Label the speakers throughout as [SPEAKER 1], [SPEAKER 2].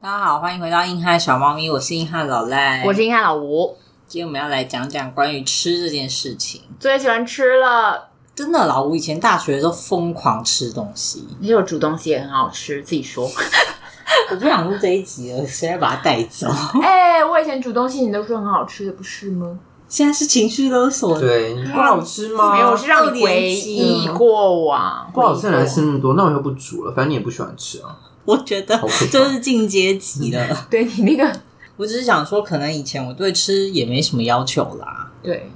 [SPEAKER 1] 欢迎回到硬汉小猫咪，我是硬汉老赖，
[SPEAKER 2] 我是硬汉老吴。
[SPEAKER 1] 今天我们要来讲讲关于吃这件事情。
[SPEAKER 2] 最喜欢吃了，
[SPEAKER 1] 真的，老吴以前大学的时候疯狂吃东西。
[SPEAKER 2] 而且我煮东西也很好吃，自 己说。
[SPEAKER 1] 我不想录这一集了，谁要把它带走？
[SPEAKER 2] 哎、我以前煮东西你都说很好吃的，不是吗？
[SPEAKER 1] 现在是情绪勒索，
[SPEAKER 3] 对，你不好吃吗？
[SPEAKER 2] 嗯没有，我是让你回忆过往。
[SPEAKER 3] 不好吃，来吃那么多，那我又不煮了，反正你也不喜欢吃啊。
[SPEAKER 1] 我觉得
[SPEAKER 3] 好可怕
[SPEAKER 1] 就是进阶级了。
[SPEAKER 2] 对你那个，
[SPEAKER 1] 我只是想说，可能以前我对吃也没什么要求啦。
[SPEAKER 2] 对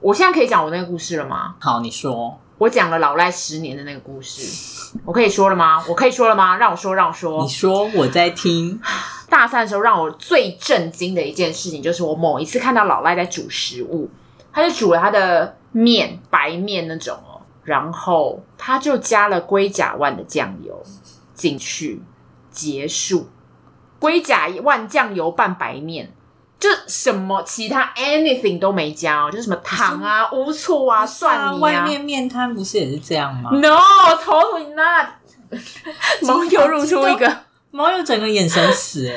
[SPEAKER 2] 我现在可以讲我那个故事了吗？
[SPEAKER 1] 好，你说，
[SPEAKER 2] 我讲了老赖十年的那个故事，我可以说了吗？我可以说了吗？让我说，让我说
[SPEAKER 1] 你。说，我在听。
[SPEAKER 2] 大三的时候，让我最震惊的一件事情，就是我某一次看到老赖在煮食物，他就煮了他的面，白面那种哦，然后他就加了龟甲万的酱油进去，结束龟甲万酱油拌白面。就什么其他 anything 都没加哦，就是什么糖啊、乌醋啊、蒜泥啊，
[SPEAKER 1] 外面面摊不是也是这样吗？
[SPEAKER 2] no 头你 那盟友露出一个，
[SPEAKER 1] 猫又整个眼神死哎、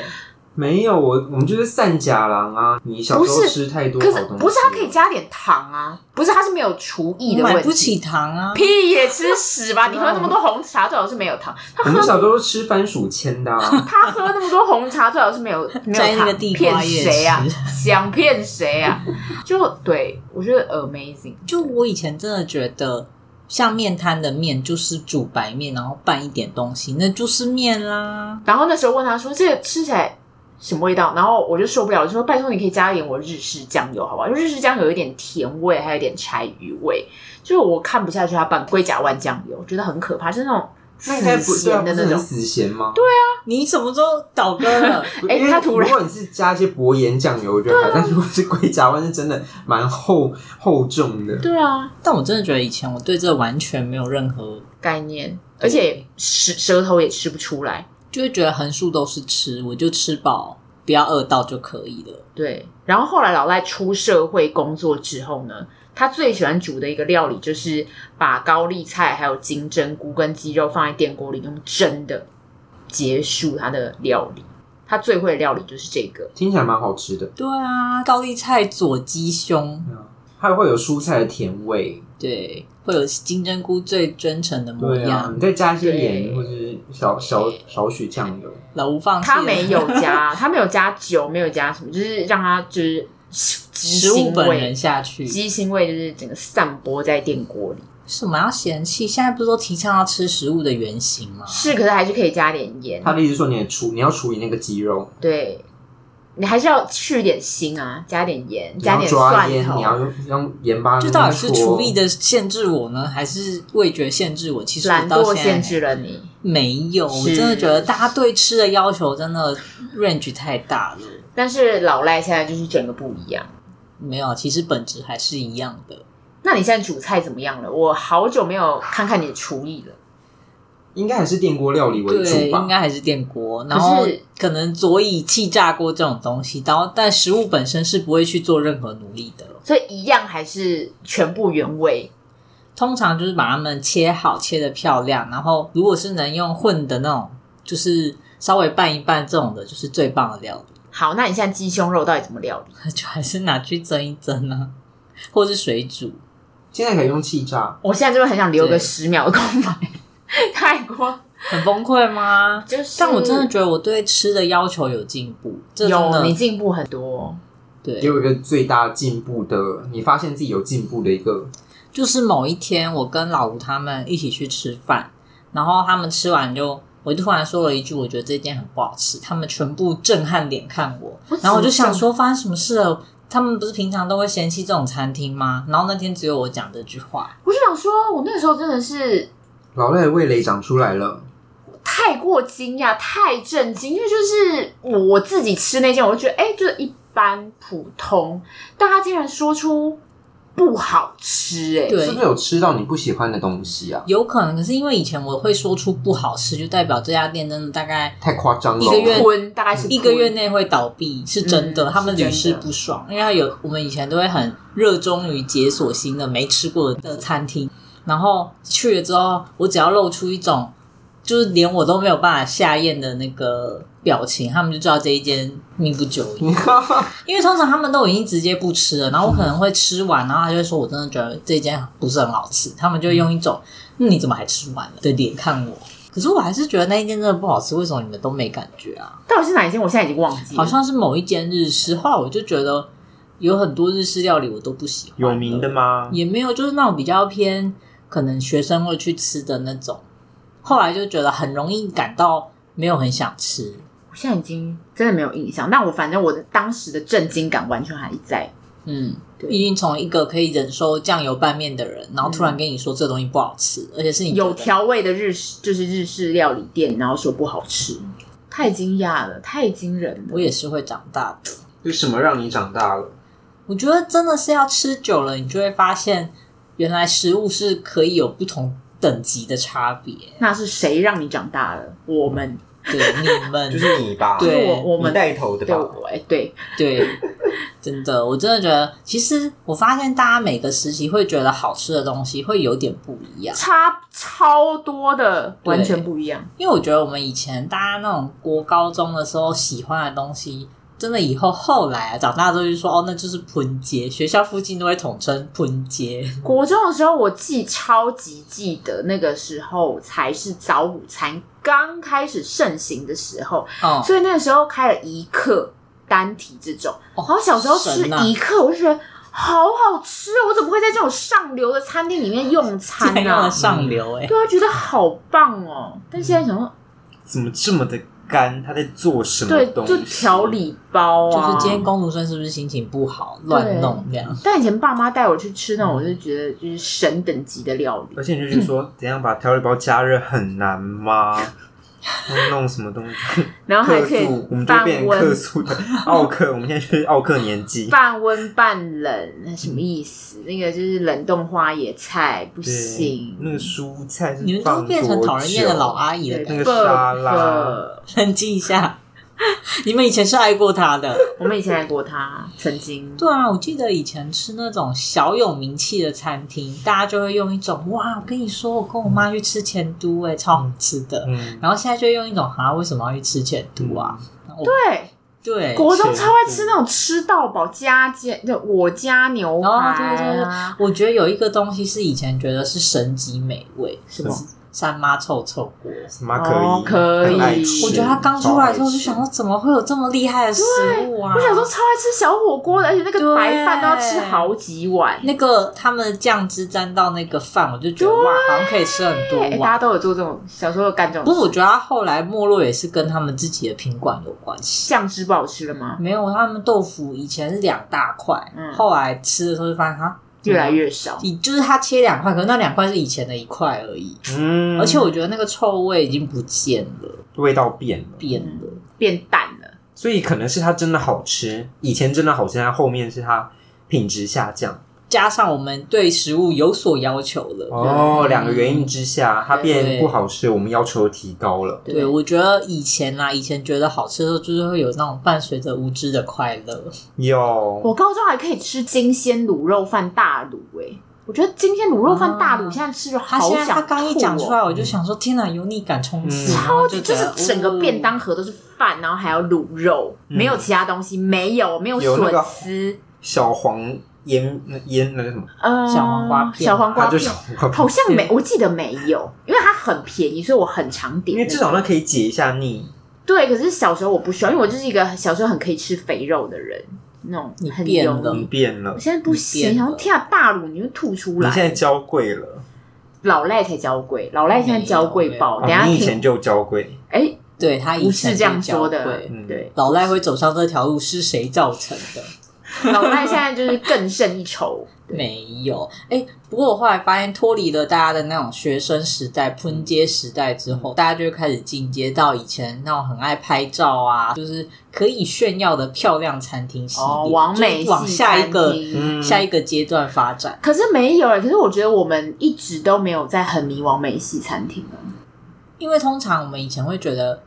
[SPEAKER 3] 没有，我我们就是散假郎啊！你小时候
[SPEAKER 2] 不是
[SPEAKER 3] 吃太多
[SPEAKER 2] 可
[SPEAKER 3] 好
[SPEAKER 2] 是
[SPEAKER 3] 东西啊哦了，
[SPEAKER 2] 不是他可以加点糖啊？不是他是没有厨艺的
[SPEAKER 1] 我
[SPEAKER 2] 问题，
[SPEAKER 1] 买不起糖啊！
[SPEAKER 2] 屁也吃屎吧！你喝那么多红茶，最好是没有糖。他
[SPEAKER 3] 我们
[SPEAKER 2] 喝，
[SPEAKER 3] 小时候都吃番薯签的、啊
[SPEAKER 2] 他喝那么多红茶，最好是 没有没
[SPEAKER 1] 摘
[SPEAKER 2] 有
[SPEAKER 1] 那个
[SPEAKER 2] 糖，
[SPEAKER 1] 地瓜
[SPEAKER 2] 骗
[SPEAKER 1] 叶
[SPEAKER 2] 谁啊？
[SPEAKER 1] 吃
[SPEAKER 2] 想骗谁啊？就对我觉得 amazing，
[SPEAKER 1] 就我以前真的觉得，像面摊的面就是煮白面，然后拌一点东西，那就是面啦。
[SPEAKER 2] 然后那时候问他说：“这个吃起来什么味道？”然后我就受不了，我就说：“拜托，你可以加一点我日式酱油，好不好？因为日式酱油有一点甜味，还有一点柴鱼味，就是我看不下去他拌龟甲万酱油，觉得很可怕，就是那种
[SPEAKER 3] 那应该不
[SPEAKER 2] 死
[SPEAKER 3] 对啊，
[SPEAKER 2] 咸
[SPEAKER 3] 不
[SPEAKER 2] 的
[SPEAKER 3] 是
[SPEAKER 2] 那
[SPEAKER 3] 很
[SPEAKER 2] 种。
[SPEAKER 3] 死咸吗？对，
[SPEAKER 1] 你什么时候倒戈 了？
[SPEAKER 2] 哎他突然啊
[SPEAKER 3] 如果你是加一些薄盐酱油，我觉得还；但如果是龟甲湾，是真的蛮厚厚重的。
[SPEAKER 2] 对啊，
[SPEAKER 1] 但我真的觉得以前我对这完全没有任何，
[SPEAKER 2] 概念，而且舌舌头也吃不出来。
[SPEAKER 1] 就会觉得横竖都是吃，我就吃饱，不要饿到就可以了。
[SPEAKER 2] 对，然后后来老赖出社会工作之后呢，他最喜欢煮的一个料理就是把高丽菜还有金针菇跟鸡肉放在电锅里用蒸的，结束他的料理。他最会的料理就是这个，
[SPEAKER 3] 听起来蛮好吃的，
[SPEAKER 1] 对啊，高丽菜佐鸡胸，
[SPEAKER 3] 嗯它会有蔬菜的甜味。
[SPEAKER 1] 对，会有金针菇最真诚的模
[SPEAKER 3] 对啊，
[SPEAKER 1] 样。
[SPEAKER 3] 你再加一些
[SPEAKER 2] 对
[SPEAKER 3] 盐或者是小小少许酱油。
[SPEAKER 1] 老吴放弃了
[SPEAKER 2] 他没 有加，他没有加酒，没有加什么，就是让他就是食
[SPEAKER 1] 食物本人下去，
[SPEAKER 2] 鸡腥味就是整个散播在电锅里。
[SPEAKER 1] 什么要嫌弃？现在不是都提倡要吃食物的原型吗？
[SPEAKER 2] 是，可是还是可以加点盐。
[SPEAKER 3] 他的意思说你的处你要处理那个鸡肉，
[SPEAKER 2] 对，你还是要去点腥啊，加点盐，
[SPEAKER 3] 你
[SPEAKER 2] 加
[SPEAKER 3] 要
[SPEAKER 2] 点
[SPEAKER 3] 抓
[SPEAKER 2] 蒜
[SPEAKER 3] 腌，
[SPEAKER 2] 头
[SPEAKER 3] 你。要用用盐巴那
[SPEAKER 1] 就
[SPEAKER 3] 边搓。
[SPEAKER 1] 到底是厨艺的限制我呢，还是味觉限制我？其实我
[SPEAKER 2] 懒
[SPEAKER 1] 到
[SPEAKER 2] 惰
[SPEAKER 1] 现在
[SPEAKER 2] 限制了你。
[SPEAKER 1] 没有，我
[SPEAKER 2] 是
[SPEAKER 1] 真的觉得大家对吃的要求真的 range 太大了。
[SPEAKER 2] 但是老赖现在就是整个不一样。
[SPEAKER 1] 没有，其实本质还是一样的。
[SPEAKER 2] 那你现在煮菜怎么样了？我好久没有看看你的厨艺了。
[SPEAKER 3] 应该还是电锅料理为
[SPEAKER 1] 对，
[SPEAKER 3] 主吧
[SPEAKER 1] 应。该还是电锅，然后可能佐以气炸锅这种东西，然后但食物本身是不会去做任何努力的。
[SPEAKER 2] 所以一样还是全部原味，
[SPEAKER 1] 通常就是把它们切好，切的漂亮，然后如果是能用混的那种，就是稍微拌一拌这种的，就是最棒的料理，
[SPEAKER 2] 好，那你现在鸡胸肉到底怎么料理？
[SPEAKER 1] 就还是拿去蒸一蒸啊，或是水煮。
[SPEAKER 3] 现在可以用气炸，
[SPEAKER 2] 我现在就会很想留
[SPEAKER 1] 对
[SPEAKER 2] 个十秒的空白。 泰国
[SPEAKER 1] 很崩溃吗？
[SPEAKER 2] 就是，
[SPEAKER 1] 但我真的觉得我对吃的要求有进步，这真
[SPEAKER 2] 有
[SPEAKER 1] 的
[SPEAKER 2] 你进步很多，
[SPEAKER 3] 给
[SPEAKER 1] 对，
[SPEAKER 3] 我一个最大进步的，你发现自己有进步的一个，
[SPEAKER 1] 就是某一天我跟老吴他们一起去吃饭，然后他们吃完就。我就突然说了一句，我觉得这间很不好吃，他们全部震撼脸看我，然后我就想说，发生什么事了？他们不是平常都会嫌弃这种餐厅吗？然后那天只有我讲这句话，
[SPEAKER 2] 我就想说，我那时候真的是
[SPEAKER 3] 老赖的味蕾长出来了。
[SPEAKER 2] 太过惊讶，太震惊，因为就是我自己吃那件，我就觉得哎、就是一般普通，但他竟然说出不好吃、哎，
[SPEAKER 3] 是不是
[SPEAKER 1] 对，
[SPEAKER 3] 有吃到你不喜欢的东西啊？
[SPEAKER 1] 有可能。可是因为以前我会说出不好吃，就代表这家店真的大概
[SPEAKER 3] 太夸张了。哦
[SPEAKER 1] 一个月
[SPEAKER 2] 吞大概是
[SPEAKER 1] 一个
[SPEAKER 2] 吞
[SPEAKER 1] 月内会倒闭，是真的。
[SPEAKER 2] 嗯
[SPEAKER 1] 他们屡
[SPEAKER 2] 是
[SPEAKER 1] 试
[SPEAKER 2] 真的
[SPEAKER 1] 不爽，因为他有我们以前都会很热衷于解锁新的没吃过的餐厅，然后去了之后，我只要露出一种就是连我都没有办法下咽的那个表情，他们就知道这一间命不久矣。因为通常他们都已经直接不吃了，然后我可能会吃完，然后他就会说我真的觉得这间不是很好吃，他们就会用一种“嗯、你怎么还吃完了”的脸看我。可是我还是觉得那一间真的不好吃，为什么你们都没感觉啊？
[SPEAKER 2] 到底是哪一间？我现在已经忘记了。
[SPEAKER 1] 好
[SPEAKER 4] 嗯
[SPEAKER 1] 像是某一间日式，后来我就觉得有很多日式料理我都不喜欢。
[SPEAKER 4] 有名的吗？
[SPEAKER 1] 也没有，就是那种比较偏可能学生会去吃的那种。后来就觉得很容易感到没有很想吃，
[SPEAKER 2] 我现在已经真的没有印象。但我反正我的当时的震惊感完全还在。
[SPEAKER 1] 嗯，
[SPEAKER 2] 对
[SPEAKER 1] 毕竟从一个可以忍受酱油拌面的人，然后突然
[SPEAKER 4] 嗯
[SPEAKER 1] 跟你说这东西不好吃，而且是你觉得
[SPEAKER 2] 有调味的日式就是日式料理店，然后说不好吃，太惊讶了，太惊人了。
[SPEAKER 1] 我也是会长大的。
[SPEAKER 4] 是什么让你长大了？
[SPEAKER 1] 我觉得真的是要吃久了，你就会发现原来食物是可以有不同等级的差别。
[SPEAKER 2] 那是谁让你长大了？我们，
[SPEAKER 1] 对你们，
[SPEAKER 4] 就是你吧，
[SPEAKER 1] 对
[SPEAKER 2] 我我们
[SPEAKER 4] 你带头的
[SPEAKER 2] 对，
[SPEAKER 4] 吧？
[SPEAKER 2] 我哎对，
[SPEAKER 1] 对，真的，我真的觉得，其实我发现大家每个时期会觉得好吃的东西会有点不一样。
[SPEAKER 2] 差超多的，
[SPEAKER 1] 对
[SPEAKER 2] 完全不一样。
[SPEAKER 1] 因为我觉得我们以前大家那种国高中的时候喜欢的东西，真的以后后来啊长大之后就说哦，那就是喷街，学校附近都会统称喷街。
[SPEAKER 2] 国中的时候，我记超级记得那个时候才是早午餐刚开始盛行的时候，
[SPEAKER 1] 哦，
[SPEAKER 2] 所以那个时候开了一克单体这种，
[SPEAKER 1] 哦
[SPEAKER 2] 然后小时候吃
[SPEAKER 1] 神啊
[SPEAKER 2] 一克，我就觉得好好吃哦，我怎么会在这种上流的餐厅里面用 餐
[SPEAKER 1] 太
[SPEAKER 2] 呢、
[SPEAKER 1] 让人上流哎、
[SPEAKER 2] 对啊，觉得好棒哦。但现在想说，
[SPEAKER 4] 怎么这么的干？他在做什么
[SPEAKER 2] 对，
[SPEAKER 4] 东西？
[SPEAKER 2] 就调理包啊，
[SPEAKER 1] 就是今天工读生是不是心情不好，乱弄这样？
[SPEAKER 2] 但以前爸妈带我去吃那种，我就觉得就是神等级的料理
[SPEAKER 4] 而。且你就觉得 说，怎样把调理包加热很 难吗？要弄什么东西？
[SPEAKER 2] 然后还
[SPEAKER 4] 克
[SPEAKER 2] 可以
[SPEAKER 4] 数，我们就
[SPEAKER 2] 半
[SPEAKER 4] 变成克
[SPEAKER 2] 温
[SPEAKER 4] 数 的奥克，我们现在就是奥克年纪。
[SPEAKER 2] 半温半冷，那什么意思？那个就是冷冻花野菜不
[SPEAKER 4] 对
[SPEAKER 2] 行，
[SPEAKER 4] 那个蔬菜是
[SPEAKER 1] 你们都
[SPEAKER 4] 嗯放
[SPEAKER 1] 变成
[SPEAKER 4] 多
[SPEAKER 1] 讨人厌的
[SPEAKER 4] 久
[SPEAKER 1] 老阿姨了
[SPEAKER 2] 对，
[SPEAKER 1] 感觉，
[SPEAKER 4] 那个沙拉
[SPEAKER 2] 不不
[SPEAKER 1] 冷静一下。 你们以前是爱过他的，
[SPEAKER 2] 我们以前来过他，曾经
[SPEAKER 1] 对啊，我记得以前吃那种小有名气的餐厅，大家就会用一种哇，我跟你说，我跟我妈去吃前都、欸，哎，超好吃的。
[SPEAKER 4] 嗯，
[SPEAKER 1] 然后现在就会用一种哈，为什么要去吃前都啊？我
[SPEAKER 2] 对
[SPEAKER 1] 对，
[SPEAKER 2] 国中超爱吃那种吃到饱家煎，就我家牛排
[SPEAKER 4] 哦
[SPEAKER 2] 啊，
[SPEAKER 1] 我觉得有一个东西是以前觉得是神级美味，
[SPEAKER 2] 什么
[SPEAKER 1] 三妈臭臭锅。
[SPEAKER 4] 什么可以？
[SPEAKER 2] 哦可以
[SPEAKER 4] 很爱吃
[SPEAKER 1] 我觉得它刚出来的时候，我就想，
[SPEAKER 4] 超爱
[SPEAKER 1] 说怎么会有这么厉害的食物啊？
[SPEAKER 2] 我想说超爱吃小火锅的，而且那个
[SPEAKER 1] 对
[SPEAKER 2] 白饭都要吃好几碗。
[SPEAKER 1] 那个他们的酱汁沾到那个饭，我就觉得哇，好像可以吃很多
[SPEAKER 2] 哎、大
[SPEAKER 1] 碗
[SPEAKER 2] 家。都有做这种，小时候有干这种
[SPEAKER 1] 不
[SPEAKER 2] 事。
[SPEAKER 1] 过我觉得他后来没落也是跟他们自己的品管有关系。
[SPEAKER 2] 酱汁不好吃了
[SPEAKER 4] 嗯
[SPEAKER 2] 吗？
[SPEAKER 1] 没有，他们豆腐以前是两大块，
[SPEAKER 2] 嗯
[SPEAKER 1] 后来吃的时候就发现哈，
[SPEAKER 2] 越来越少。
[SPEAKER 1] 你就是他切两块，可是那两块是以前的一块而已。
[SPEAKER 4] 吃嗯，
[SPEAKER 1] 而且我觉得那个臭味已经不见了，
[SPEAKER 4] 味道变了，
[SPEAKER 1] 变了。
[SPEAKER 2] 嗯变淡了。
[SPEAKER 4] 所以可能是它真的好吃，以前真的好吃，它后面是它品质下降
[SPEAKER 1] 加上我们对食物有所要求了，
[SPEAKER 4] 哦，两个原因之下，它变不好吃，我们要求提高了。
[SPEAKER 1] 对我觉得以前啊，以前觉得好吃的时候，就是会有那种伴随着无知的快乐。
[SPEAKER 4] 有
[SPEAKER 2] 我高中还可以吃金鲜卤肉饭大卤、哎，我觉得金鲜卤肉饭大卤
[SPEAKER 1] 啊
[SPEAKER 2] 现在吃就
[SPEAKER 1] 他
[SPEAKER 2] 好
[SPEAKER 1] 现在
[SPEAKER 2] 想、哦
[SPEAKER 1] 他刚一讲出来，，我就
[SPEAKER 4] 嗯
[SPEAKER 1] 想说，天哪，油腻感冲刺，
[SPEAKER 4] 嗯
[SPEAKER 1] 然后就
[SPEAKER 2] 就
[SPEAKER 1] 觉得
[SPEAKER 2] 是整个便当盒都是饭，然后还有卤肉，
[SPEAKER 4] 嗯
[SPEAKER 2] 没有其他东西，没有没有
[SPEAKER 4] 有那个
[SPEAKER 2] 笋丝，
[SPEAKER 4] 小黄腌那腌那个什么，
[SPEAKER 2] 呃，
[SPEAKER 1] 小黄瓜片
[SPEAKER 2] 小黄
[SPEAKER 4] 它
[SPEAKER 2] 瓜
[SPEAKER 4] 就嗯
[SPEAKER 2] 片
[SPEAKER 4] 小，黄瓜
[SPEAKER 2] 好，像没，我记得没有，因为它很便宜，所以我很常点
[SPEAKER 4] 因
[SPEAKER 2] 那
[SPEAKER 4] 为
[SPEAKER 2] 个。
[SPEAKER 4] 至少那可以解一下腻。
[SPEAKER 2] 对，可是小时候我不喜欢，因为我就是一个小时候很可以吃肥肉的人，那种
[SPEAKER 1] 你
[SPEAKER 2] 很
[SPEAKER 1] 变
[SPEAKER 2] 油
[SPEAKER 1] 了
[SPEAKER 2] 腻。
[SPEAKER 4] 你变了
[SPEAKER 2] 我，现在不行，
[SPEAKER 1] 你变
[SPEAKER 2] 然
[SPEAKER 1] 了
[SPEAKER 2] 后天啊，大卤你会吐出
[SPEAKER 4] 你
[SPEAKER 2] 来。
[SPEAKER 4] 现在娇贵了，
[SPEAKER 2] 老赖才娇贵，老赖现在娇贵爆。
[SPEAKER 4] 哦
[SPEAKER 2] 等一下
[SPEAKER 4] 你以前
[SPEAKER 2] 听，
[SPEAKER 4] 就娇贵，
[SPEAKER 2] 哎、
[SPEAKER 1] 对他以
[SPEAKER 2] 不是
[SPEAKER 1] 前就
[SPEAKER 2] 这样说
[SPEAKER 1] 讲
[SPEAKER 2] 的
[SPEAKER 1] 对，
[SPEAKER 4] 嗯
[SPEAKER 2] 对，
[SPEAKER 1] 老赖会走上这条路是谁造成的？
[SPEAKER 2] 老赖现在就是更胜一 筹。
[SPEAKER 1] 没有，哎、不过我后来发现，脱离了大家的那种学生时
[SPEAKER 2] 嗯
[SPEAKER 1] 代、喷街时代之后，大家就会开始进阶到以前那种很爱拍照啊，就是可以炫耀的漂亮餐厅系列，
[SPEAKER 2] 哦，完美
[SPEAKER 1] 就是往
[SPEAKER 2] 系
[SPEAKER 1] 下一个
[SPEAKER 2] 餐厅
[SPEAKER 4] 嗯，
[SPEAKER 1] 下一个阶段发展。
[SPEAKER 2] 可是没有哎、可是我觉得我们一直都没有在很迷完美系餐厅啊。
[SPEAKER 1] 因为通常我们以前会觉得，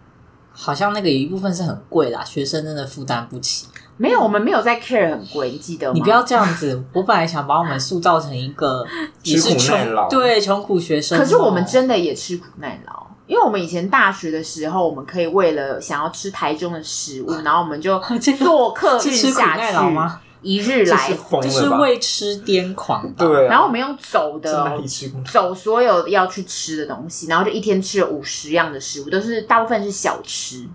[SPEAKER 1] 好像那个有一部分是很贵啦，学生真的负担不起。
[SPEAKER 2] 没有，我们没有在 care 很贵，你记得吗？
[SPEAKER 1] 你不要这样子，我本来想把我们塑造成一个也是
[SPEAKER 4] 吃苦耐
[SPEAKER 1] 穷
[SPEAKER 4] 劳
[SPEAKER 1] 对穷苦学生哦，
[SPEAKER 2] 可是我们真的也吃苦耐劳，因为我们以前大学的时候，我们可以为了想要吃台中的 食物，然后我们就
[SPEAKER 1] 这个
[SPEAKER 2] 坐客运
[SPEAKER 1] 是吃苦
[SPEAKER 2] 下
[SPEAKER 1] 耐劳
[SPEAKER 2] 去，
[SPEAKER 1] 吗
[SPEAKER 2] 一日
[SPEAKER 4] 这
[SPEAKER 2] 来
[SPEAKER 4] 是，疯
[SPEAKER 1] 就是
[SPEAKER 4] 了吧？
[SPEAKER 1] 为吃癫狂吧。
[SPEAKER 4] 对啊，
[SPEAKER 2] 然后我们用走
[SPEAKER 4] 在
[SPEAKER 2] 的
[SPEAKER 4] 哪
[SPEAKER 2] 哦
[SPEAKER 4] 里吃过？
[SPEAKER 2] 走所有要去吃的东西，然后就一天吃了五十样的食物，都是大部分是小吃。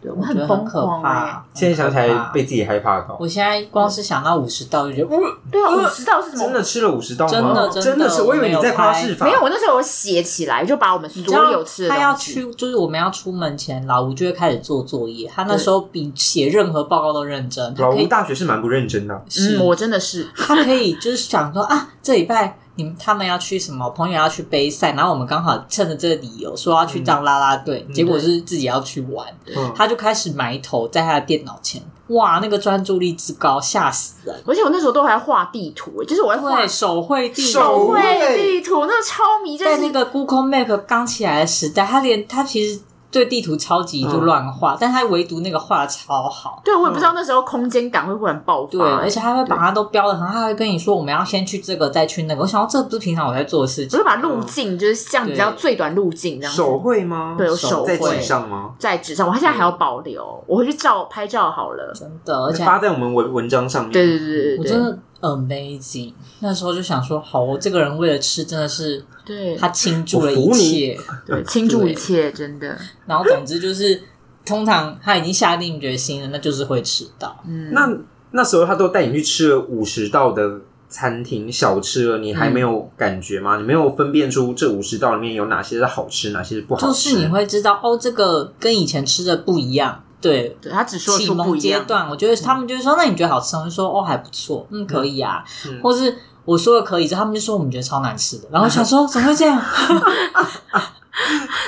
[SPEAKER 2] 对，我
[SPEAKER 1] 我
[SPEAKER 2] 们
[SPEAKER 1] 觉得
[SPEAKER 2] 疯
[SPEAKER 1] 很可
[SPEAKER 2] 狂哎、
[SPEAKER 1] 怕。
[SPEAKER 4] 现在想起
[SPEAKER 1] 很可
[SPEAKER 4] 来
[SPEAKER 1] 怕
[SPEAKER 4] 被自己害怕到，
[SPEAKER 1] 我现在光是想到五十道就觉得，呃
[SPEAKER 2] 对啊，五十道是什么？
[SPEAKER 4] 真的吃了五十道吗？
[SPEAKER 1] 真的真的
[SPEAKER 4] 真是，我以为你在夸饰法，
[SPEAKER 2] 没有，我那时候有写起来，就把我们
[SPEAKER 1] 你
[SPEAKER 2] 所
[SPEAKER 1] 知道
[SPEAKER 2] 有吃的
[SPEAKER 1] 他要
[SPEAKER 2] 东西。
[SPEAKER 1] 去，就是我们要出门前，老吴就会开始做作业。他那
[SPEAKER 2] 对
[SPEAKER 1] 时候比写任何报告都认真，他
[SPEAKER 4] 老
[SPEAKER 1] 可
[SPEAKER 4] 吴
[SPEAKER 1] 以
[SPEAKER 4] 大学是蛮不认真的，
[SPEAKER 1] 是
[SPEAKER 2] 嗯，我真的是，
[SPEAKER 1] 他可以就是想说啊，这礼拜你们他们要去什么，朋友要去杯赛，然后我们刚好趁着这个理由说要去当啦啦队，结果是自己要去玩，
[SPEAKER 4] 嗯
[SPEAKER 1] 他就开始埋头在他的电脑前，哇，那个专注力之高，吓死人！
[SPEAKER 2] 而且我那时候都还画地图，欸就是我会画
[SPEAKER 1] 对，手绘地
[SPEAKER 4] 手绘
[SPEAKER 2] 绘地图，那个超迷，就
[SPEAKER 1] 在
[SPEAKER 2] 是
[SPEAKER 1] 那个 Google Map 刚起来的时代，他连他其实对地图超级就乱
[SPEAKER 4] 嗯
[SPEAKER 1] 画，但他唯独那个画的超好。
[SPEAKER 2] 对我也不知道那时候空间感会忽然爆发，
[SPEAKER 1] 对，而且他会把它都标的很好，他会跟你说我们要先去这个，再去那个。我想到这不是平常我在做的事
[SPEAKER 2] 我
[SPEAKER 1] 情
[SPEAKER 4] 嗯
[SPEAKER 2] 就，把路径就是像比较
[SPEAKER 1] 对
[SPEAKER 2] 最短路径这样子
[SPEAKER 4] 手绘吗？
[SPEAKER 2] 对我手
[SPEAKER 4] 在
[SPEAKER 2] 绘
[SPEAKER 4] 纸上吗？
[SPEAKER 2] 在纸上，我现在还要保留，我回去照拍照好了。
[SPEAKER 1] 真的，而且
[SPEAKER 4] 发在我们文文章上面。
[SPEAKER 2] 对对对
[SPEAKER 1] 我
[SPEAKER 2] 对
[SPEAKER 1] 真
[SPEAKER 2] 对
[SPEAKER 1] 的 amazing。那时候就想说，好，我这个人为了吃真的是
[SPEAKER 2] 对，
[SPEAKER 1] 他倾注了
[SPEAKER 4] 我服
[SPEAKER 1] 一
[SPEAKER 4] 你
[SPEAKER 1] 切。
[SPEAKER 2] 对倾注一切，真的，
[SPEAKER 1] 然后总之就是，通常他已经下定决心了，那就是会迟到。
[SPEAKER 2] 嗯，
[SPEAKER 4] 那那时候他都带你去吃了五十道的餐厅小吃了，你还
[SPEAKER 1] 嗯
[SPEAKER 4] 没有感觉吗？你没有分辨出这五十道里面有哪些是好吃，哪
[SPEAKER 2] 哦
[SPEAKER 4] 些是不好
[SPEAKER 1] 就
[SPEAKER 4] 吃？
[SPEAKER 1] 是你会知道哦，这个跟以前吃的不一样。对，
[SPEAKER 2] 对他只说
[SPEAKER 1] 启
[SPEAKER 2] 出不
[SPEAKER 1] 蒙
[SPEAKER 2] 一
[SPEAKER 1] 阶
[SPEAKER 2] 样，
[SPEAKER 1] 段，我觉得他们就会说，那你觉得好吃吗？我就说哦，还不错，嗯，可以啊。
[SPEAKER 4] 嗯
[SPEAKER 1] 或是我说了可以之后，他们就说我们觉得超难吃的。然后我想说，怎么会这样？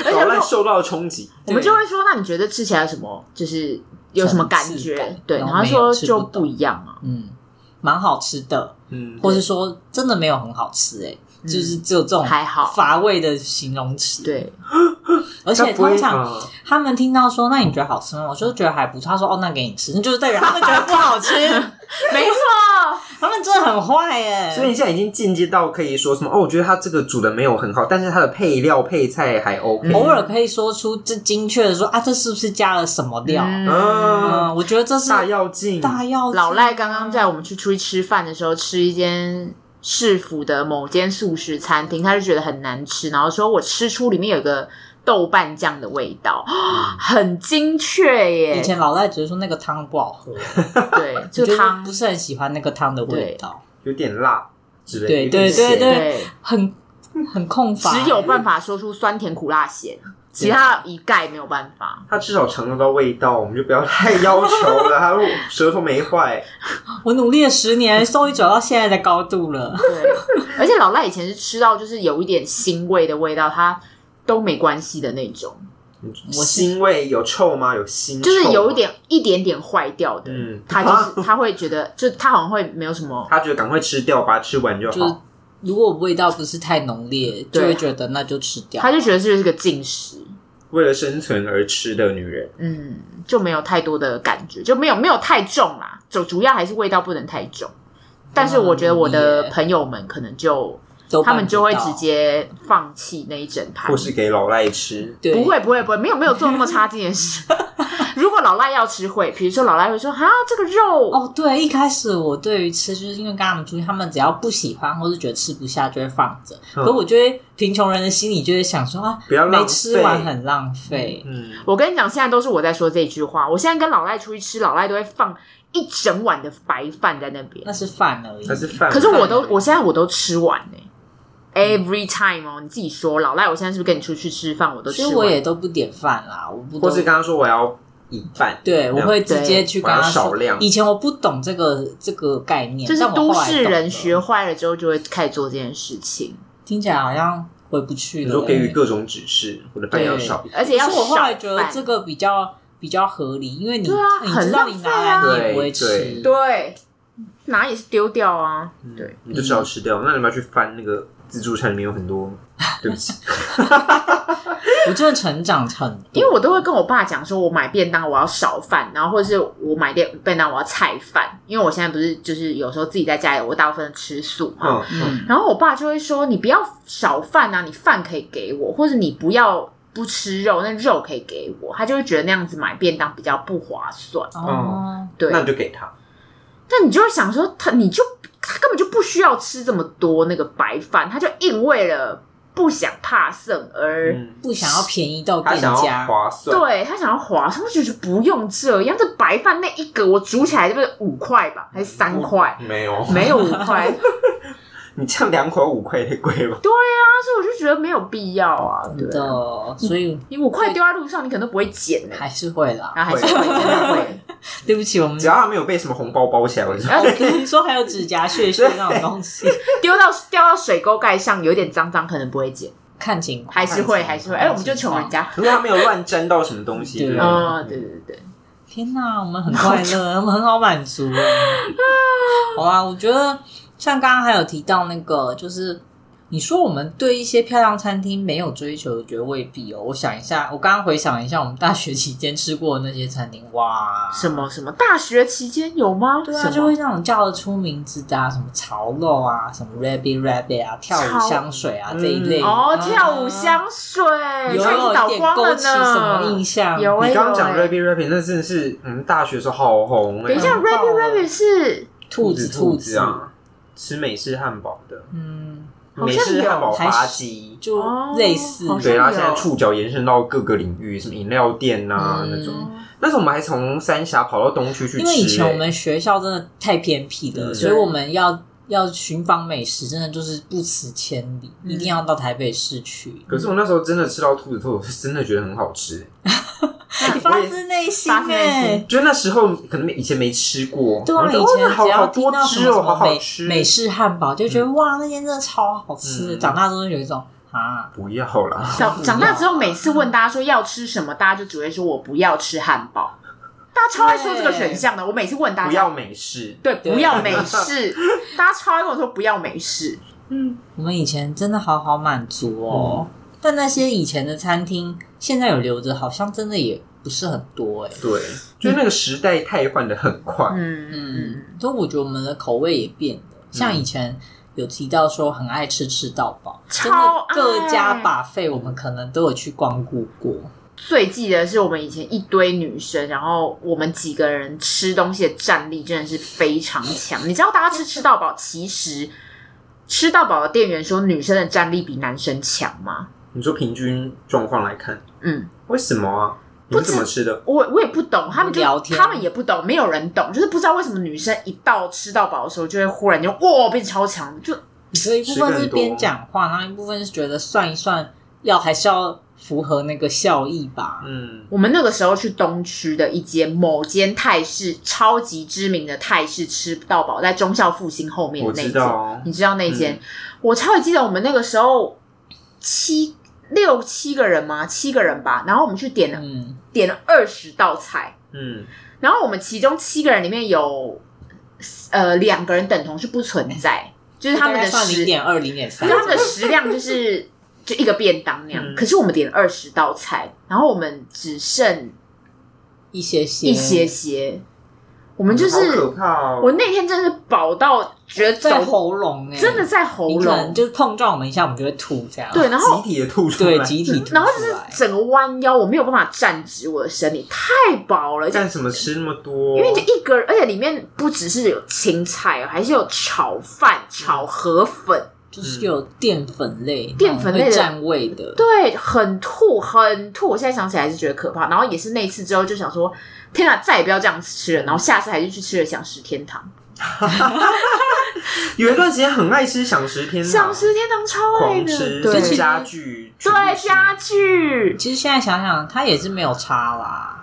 [SPEAKER 2] 而且
[SPEAKER 4] 老赖
[SPEAKER 2] 如果
[SPEAKER 4] 受到了冲击，
[SPEAKER 2] 我们就会说，那你觉得吃起来有什么，就是有什么感
[SPEAKER 1] 层次
[SPEAKER 2] 觉
[SPEAKER 1] 感？
[SPEAKER 2] 对，
[SPEAKER 1] 然
[SPEAKER 2] 然
[SPEAKER 1] 后
[SPEAKER 2] 后
[SPEAKER 1] 没有
[SPEAKER 2] 说
[SPEAKER 1] 吃
[SPEAKER 2] 就
[SPEAKER 1] 不懂
[SPEAKER 2] 不一样啊。
[SPEAKER 1] 嗯，蛮好吃的，
[SPEAKER 4] 嗯，
[SPEAKER 1] 或是说真的没有很好吃、欸，
[SPEAKER 2] 嗯
[SPEAKER 1] 就是只有这种
[SPEAKER 2] 还好
[SPEAKER 1] 乏味的形容词。，
[SPEAKER 2] 对，
[SPEAKER 1] 而
[SPEAKER 4] 他
[SPEAKER 1] 且
[SPEAKER 4] 不会
[SPEAKER 1] 通常呃
[SPEAKER 4] 嗯
[SPEAKER 1] 他们听到说“那你觉得好吃吗？”我就觉得还不错。他说“哦，那给你吃”，那就是代表他们觉得不 好吃，
[SPEAKER 2] 没错，
[SPEAKER 1] 他们真的很坏耶、
[SPEAKER 4] 所以你现在已经进阶到可以说什么？哦，我觉得它这个煮的没有很好，但是它的配料配菜还 OK。
[SPEAKER 1] 偶尔可以说出这精确的说啊，这是不是加了什么料？嗯，
[SPEAKER 2] 嗯，
[SPEAKER 1] 我觉得这是
[SPEAKER 4] 大药剂，
[SPEAKER 1] 大药啊剂
[SPEAKER 2] 老赖刚刚在我们去出去吃饭的时候，吃一间市府的某间素食餐厅，他就觉得很难吃，然后说我吃出里面有一个豆瓣酱的味道，很精确
[SPEAKER 1] 嗯以
[SPEAKER 2] 耶。
[SPEAKER 1] 前老赖只是说那个汤不好喝，
[SPEAKER 2] 对，
[SPEAKER 1] 就
[SPEAKER 2] 就是汤
[SPEAKER 1] 不，是很喜欢那个汤的味道，
[SPEAKER 4] 有点辣之类的，
[SPEAKER 1] 对
[SPEAKER 4] 有点
[SPEAKER 1] 对对
[SPEAKER 4] 咸
[SPEAKER 2] 对，
[SPEAKER 1] 很很空乏，
[SPEAKER 2] 只有办法说出酸甜苦辣咸，其他一概没有办法。
[SPEAKER 4] 他至少尝得到味道，我们就不要太 要求了。他舌头没坏，
[SPEAKER 1] 我努力了十年，终于走到现在的高度了。
[SPEAKER 2] 对，而且老赖以前是吃到就是有一点腥味的味道，他都没关系的那种。
[SPEAKER 1] 是
[SPEAKER 4] 腥味有臭吗？有腥，
[SPEAKER 1] 啊
[SPEAKER 2] 就是有一，点一点点坏掉的，
[SPEAKER 4] 嗯
[SPEAKER 2] 他就是他会觉得，就他好像会没有什 么，
[SPEAKER 4] 他觉得赶快吃掉，把它吃完就
[SPEAKER 1] 就是
[SPEAKER 4] 好。
[SPEAKER 1] 如果味道不是太浓烈，就
[SPEAKER 2] 对
[SPEAKER 1] 会觉得那就吃掉。
[SPEAKER 2] 他就觉得这是个进食，
[SPEAKER 4] 为了生存而吃的女人，
[SPEAKER 2] 嗯，就没有太多的感觉，就没有没有太重啦，就主要还是味道不能太重。但是我觉得我的朋友们可能就
[SPEAKER 1] 嗯都
[SPEAKER 2] 他
[SPEAKER 1] 办不
[SPEAKER 2] 们就会
[SPEAKER 1] 到
[SPEAKER 2] 直接放弃那一整盘，
[SPEAKER 4] 或是给老赖吃。
[SPEAKER 1] 对
[SPEAKER 2] 不会不会不会，没有没有做那么差劲的 事。如果老赖要吃会，比如说老赖会说哈这个肉
[SPEAKER 1] 哦。对，一开始我对于吃，就是因为跟他们出去，他们只要不喜欢或是觉得吃不下，就会放着。
[SPEAKER 4] 嗯
[SPEAKER 1] 可我觉得贫穷人的心里就会想说啊，
[SPEAKER 4] 不要浪
[SPEAKER 1] 没
[SPEAKER 4] 费
[SPEAKER 1] 吃完很浪费。
[SPEAKER 4] 嗯，
[SPEAKER 2] 我跟你讲，现在都是我在说这句话。我现在跟老赖出去吃，老赖都会放一整碗的白饭在那边
[SPEAKER 1] 那，是饭而已。嗯
[SPEAKER 4] 那是饭。
[SPEAKER 2] 可是我都我现在我都吃完呢、Every time 哦，你自己说，老赖，我现在是不是跟你出去吃饭，我都吃
[SPEAKER 1] 所以
[SPEAKER 2] 完？
[SPEAKER 1] 我也都不点饭啦，我不都
[SPEAKER 4] 或是跟他说我要一半，
[SPEAKER 1] 对，我会直接去跟他
[SPEAKER 4] 我要
[SPEAKER 1] 说
[SPEAKER 4] 少量
[SPEAKER 1] 以前我不懂这个这个概念，
[SPEAKER 2] 就是
[SPEAKER 1] 但我
[SPEAKER 2] 都
[SPEAKER 1] 后来
[SPEAKER 2] 市
[SPEAKER 1] 懂
[SPEAKER 2] 人
[SPEAKER 1] 了
[SPEAKER 2] 学坏了之后，就会开始做这件事情。
[SPEAKER 1] 听起来好像回不去
[SPEAKER 4] 你
[SPEAKER 1] 了。欸
[SPEAKER 4] 说给予各种指示，我的饭要少一点。
[SPEAKER 2] 而且要
[SPEAKER 1] 可是我后来觉
[SPEAKER 2] 少
[SPEAKER 1] 得
[SPEAKER 2] 饭
[SPEAKER 1] 这个比较比较合理，因为你、
[SPEAKER 2] 对啊
[SPEAKER 1] 你知
[SPEAKER 2] 很
[SPEAKER 1] 道
[SPEAKER 2] 浪
[SPEAKER 1] 你
[SPEAKER 2] 费啊
[SPEAKER 1] 拿来你也不会
[SPEAKER 4] 对
[SPEAKER 1] 吃，
[SPEAKER 2] 对，哪也是丢掉啊。对，
[SPEAKER 4] 嗯你就只好吃掉。那你们要去翻那个自助餐，里面有 很多，对不起，
[SPEAKER 1] 我真的成长很多，
[SPEAKER 2] 因为我都会跟我爸讲说，我买便当我要少饭，然后或者是我买便便当我要菜饭，因为我现在不是就是有时候自己在家里，我大部分吃素嘛。
[SPEAKER 4] 嗯，
[SPEAKER 1] 嗯
[SPEAKER 2] 然后我爸就会说：“你不要少饭啊，你饭可以给我，或者你不要不吃肉，那肉可以给我，他就会觉得那样子买便当比较不划算。
[SPEAKER 1] 哦，
[SPEAKER 2] 对，
[SPEAKER 4] 那你就给他。
[SPEAKER 2] 但你就会想说，他你就他根本就不需要吃这么多那个白饭，他就硬为了不想怕剩而、
[SPEAKER 4] 嗯，
[SPEAKER 1] 不想要便宜到
[SPEAKER 4] 他
[SPEAKER 1] 店
[SPEAKER 4] 想要
[SPEAKER 1] 家，
[SPEAKER 4] 划算，
[SPEAKER 2] 对他想要划算，我就觉得不用这样，这白饭那一个我煮起来是不是五块吧，
[SPEAKER 1] 嗯
[SPEAKER 2] 还是三块？
[SPEAKER 4] 没有，
[SPEAKER 2] 没有五块，
[SPEAKER 4] 你这样两口五块也太贵了吧。
[SPEAKER 2] 但是我就觉得没有必要啊，对
[SPEAKER 1] 真
[SPEAKER 2] 啊
[SPEAKER 1] 的，所以
[SPEAKER 2] 你五块丢在路上，你可能都不会捡呢、啊
[SPEAKER 1] 还是会啦。
[SPEAKER 2] 然后还是会真的会，
[SPEAKER 1] 对不起，我们
[SPEAKER 4] 只要他没有被什么红包包起来，我就
[SPEAKER 2] 然后
[SPEAKER 1] 你说还有指甲屑屑那种东西，
[SPEAKER 2] 丢到掉到水沟盖上，有点脏脏，可能不会捡，
[SPEAKER 1] 看情况，
[SPEAKER 2] 还是会
[SPEAKER 1] 看
[SPEAKER 2] 还
[SPEAKER 1] 情
[SPEAKER 2] 是
[SPEAKER 1] 况
[SPEAKER 2] 会。哎、我们就穷人。家，
[SPEAKER 4] 如果他没有乱沾到什么东西，
[SPEAKER 1] 对
[SPEAKER 4] 就是
[SPEAKER 2] 嗯，对对对，
[SPEAKER 1] 天哪，我们很快乐，我们很好满足啊。好啊，我觉得像刚刚还有提到那个，就是你说我们对一些漂亮餐厅没有追求，我觉得未必哦。我想一下，我刚刚回想一下我们大学期间吃过的那些餐厅，哇，
[SPEAKER 2] 什么什么大学期间有吗？
[SPEAKER 1] 对
[SPEAKER 2] 什
[SPEAKER 1] 啊，
[SPEAKER 2] 么
[SPEAKER 1] 就会那种叫得出名字的啊，什么潮肉啊，什么 Rabbit Rabbit 啊，跳舞香水啊
[SPEAKER 4] 嗯
[SPEAKER 1] 这一类。
[SPEAKER 2] 哦，
[SPEAKER 1] 嗯
[SPEAKER 2] 跳舞香水，
[SPEAKER 1] 有
[SPEAKER 2] 上次
[SPEAKER 1] 有
[SPEAKER 2] 倒
[SPEAKER 1] 一点
[SPEAKER 2] 光了
[SPEAKER 1] 勾起什么印
[SPEAKER 2] 呢。
[SPEAKER 1] 象？
[SPEAKER 2] 有哎、
[SPEAKER 4] 你
[SPEAKER 2] 有
[SPEAKER 4] 刚刚讲
[SPEAKER 2] 哎
[SPEAKER 1] 欸
[SPEAKER 4] Rabbit Rabbit，那真的是嗯，大学时候好红哎。
[SPEAKER 2] 等一下
[SPEAKER 1] 很棒
[SPEAKER 2] ，Rabbit
[SPEAKER 1] 啊
[SPEAKER 2] Rabbit 是
[SPEAKER 1] 兔
[SPEAKER 4] 子
[SPEAKER 1] 子
[SPEAKER 4] 兔
[SPEAKER 1] 子，
[SPEAKER 4] 啊，吃美式汉堡的，
[SPEAKER 1] 嗯，
[SPEAKER 2] 好像有
[SPEAKER 4] 美式汉堡
[SPEAKER 1] 还是
[SPEAKER 4] 吧唧。
[SPEAKER 1] 就类似。
[SPEAKER 2] 哦好像
[SPEAKER 4] 对，它啊
[SPEAKER 2] 有
[SPEAKER 4] 现在触角延伸到各个领域，什么饮料店呐、
[SPEAKER 1] 嗯
[SPEAKER 4] 那种。那时候我们还从三峡跑到东区去吃、
[SPEAKER 1] 因为以前
[SPEAKER 4] 欸
[SPEAKER 1] 我们学校真的太偏僻了，
[SPEAKER 4] 嗯
[SPEAKER 1] 所以我们要要寻访美食，真的就是不辞千里，
[SPEAKER 2] 嗯
[SPEAKER 1] 一定要到台北市去。
[SPEAKER 4] 可是我那时候真的吃到兔子兔，我是真的觉得很好吃、欸
[SPEAKER 2] 哎
[SPEAKER 1] 哎发自内心
[SPEAKER 2] 发自内
[SPEAKER 1] 哎、
[SPEAKER 2] 心
[SPEAKER 4] 就那时候可能以前没吃过，
[SPEAKER 1] 对啊，
[SPEAKER 4] 然
[SPEAKER 1] 以
[SPEAKER 4] 后就哦
[SPEAKER 1] 前
[SPEAKER 4] 那好
[SPEAKER 1] 只要
[SPEAKER 4] 好
[SPEAKER 1] 听
[SPEAKER 4] 多
[SPEAKER 1] 到什么
[SPEAKER 4] 汁哦，
[SPEAKER 1] 什
[SPEAKER 4] 好
[SPEAKER 1] 么
[SPEAKER 4] 好
[SPEAKER 1] 美
[SPEAKER 4] 吃，
[SPEAKER 1] 美式汉堡，就觉得哇，那间真的超好吃的。
[SPEAKER 4] 嗯
[SPEAKER 1] 长大之后有一种啊，
[SPEAKER 4] 不要啦，
[SPEAKER 2] 长长大之后，每次问大家说要吃什么，大家就只会说我不要吃汉堡。大家超爱说这个选项的。我每次问大
[SPEAKER 4] 不
[SPEAKER 2] 家
[SPEAKER 4] 要，美式。
[SPEAKER 2] 对，
[SPEAKER 1] 对
[SPEAKER 2] 不要美 式，大家超爱跟我说不要美式。
[SPEAKER 4] 嗯
[SPEAKER 1] 我们以前真的好好满足哦。但那些以前的餐厅，现在有留着，好像真的也不是很多哎、
[SPEAKER 4] 对，就是那个时代太换的很快。
[SPEAKER 2] 嗯
[SPEAKER 1] 嗯
[SPEAKER 2] 嗯，，
[SPEAKER 1] 所以我觉得我们的口味也变了，
[SPEAKER 4] 嗯
[SPEAKER 1] 像以前有提到说很爱吃吃到饱，真的
[SPEAKER 2] 超爱
[SPEAKER 1] 各家把费我们可能都有去光顾过，
[SPEAKER 2] 最记得是我们以前一堆女生，然后我们几个人吃东西的战力真的是非常强。你知道，大家吃吃到饱，其实吃到饱的店员说女生的战力比男生强吗？
[SPEAKER 4] 你说平均状况来看，
[SPEAKER 2] 嗯，
[SPEAKER 4] 为什么啊？你
[SPEAKER 2] 不
[SPEAKER 4] 们
[SPEAKER 2] 知
[SPEAKER 4] 怎么吃的？
[SPEAKER 2] 我我也不懂，他们就
[SPEAKER 1] 聊天
[SPEAKER 2] 他们也不懂，没有人懂，就是不知道为什么女生一到吃到饱的时候，就会忽然就哇变超强，就
[SPEAKER 1] 所以一部分是边讲话，然后一部分是觉得算一算要还是要符合那个效益吧。
[SPEAKER 4] 嗯，
[SPEAKER 2] 我们那个时候去东区的一间某间泰式超级知名的泰式吃到饱，在忠孝复兴后面的
[SPEAKER 4] 我
[SPEAKER 2] 那
[SPEAKER 4] 知
[SPEAKER 2] 一间，
[SPEAKER 4] 道哦。
[SPEAKER 2] 你知道那间？我超级记得我们那个时候七六七个人吗？七个人吧，然后我们去点了、
[SPEAKER 1] 嗯，
[SPEAKER 2] 点了二十道菜，
[SPEAKER 4] 嗯，
[SPEAKER 2] 然后我们其中七个人里面有，呃，两个人等同是不存在，就是他们
[SPEAKER 1] 哎
[SPEAKER 2] 的
[SPEAKER 1] 大概算零
[SPEAKER 2] 食，就
[SPEAKER 1] 点二、零点三
[SPEAKER 2] 是，他们的食量就是就一个便当那样。
[SPEAKER 4] 嗯
[SPEAKER 2] 可是我们点了二十道菜，然后我们只剩
[SPEAKER 1] 一些些
[SPEAKER 2] 一些些，我们
[SPEAKER 1] 嗯
[SPEAKER 2] 就是
[SPEAKER 4] 好可怕哦。
[SPEAKER 2] 我那天真是饱到觉得
[SPEAKER 1] 在
[SPEAKER 2] 走，
[SPEAKER 1] 喉咙哎、
[SPEAKER 2] 真的在喉
[SPEAKER 1] 你可能
[SPEAKER 2] 咙，
[SPEAKER 1] 就是碰撞我们一下，我们就会吐这样。
[SPEAKER 2] 对，然后
[SPEAKER 4] 集体的吐出来，
[SPEAKER 1] 对，集体吐出来。
[SPEAKER 2] 嗯然后就是整个弯腰，我没有办法站直我的身体，太饱了，就
[SPEAKER 4] 干什么吃那么多？
[SPEAKER 2] 因为就
[SPEAKER 1] 啊
[SPEAKER 2] 一个人，而且里面不只是有青菜哦，还是有炒饭、炒河粉，
[SPEAKER 1] 就是有淀粉类，
[SPEAKER 2] 淀粉类的
[SPEAKER 1] 会占位的，
[SPEAKER 2] 对，很吐，很吐。我现在想起来还是觉得可怕。然后也是那一次之后就想说，天哪，再也不要这样吃了。然后下次还是去吃了享食天堂，
[SPEAKER 4] 有一段时间很爱吃享食天堂，
[SPEAKER 2] 享食天堂超爱
[SPEAKER 4] 狂
[SPEAKER 2] 的，
[SPEAKER 4] 吃，
[SPEAKER 2] 对
[SPEAKER 1] 就
[SPEAKER 4] 吃
[SPEAKER 1] 是
[SPEAKER 4] 家具，
[SPEAKER 2] 对家具。
[SPEAKER 1] 其实现在想想，它也是没有差啦，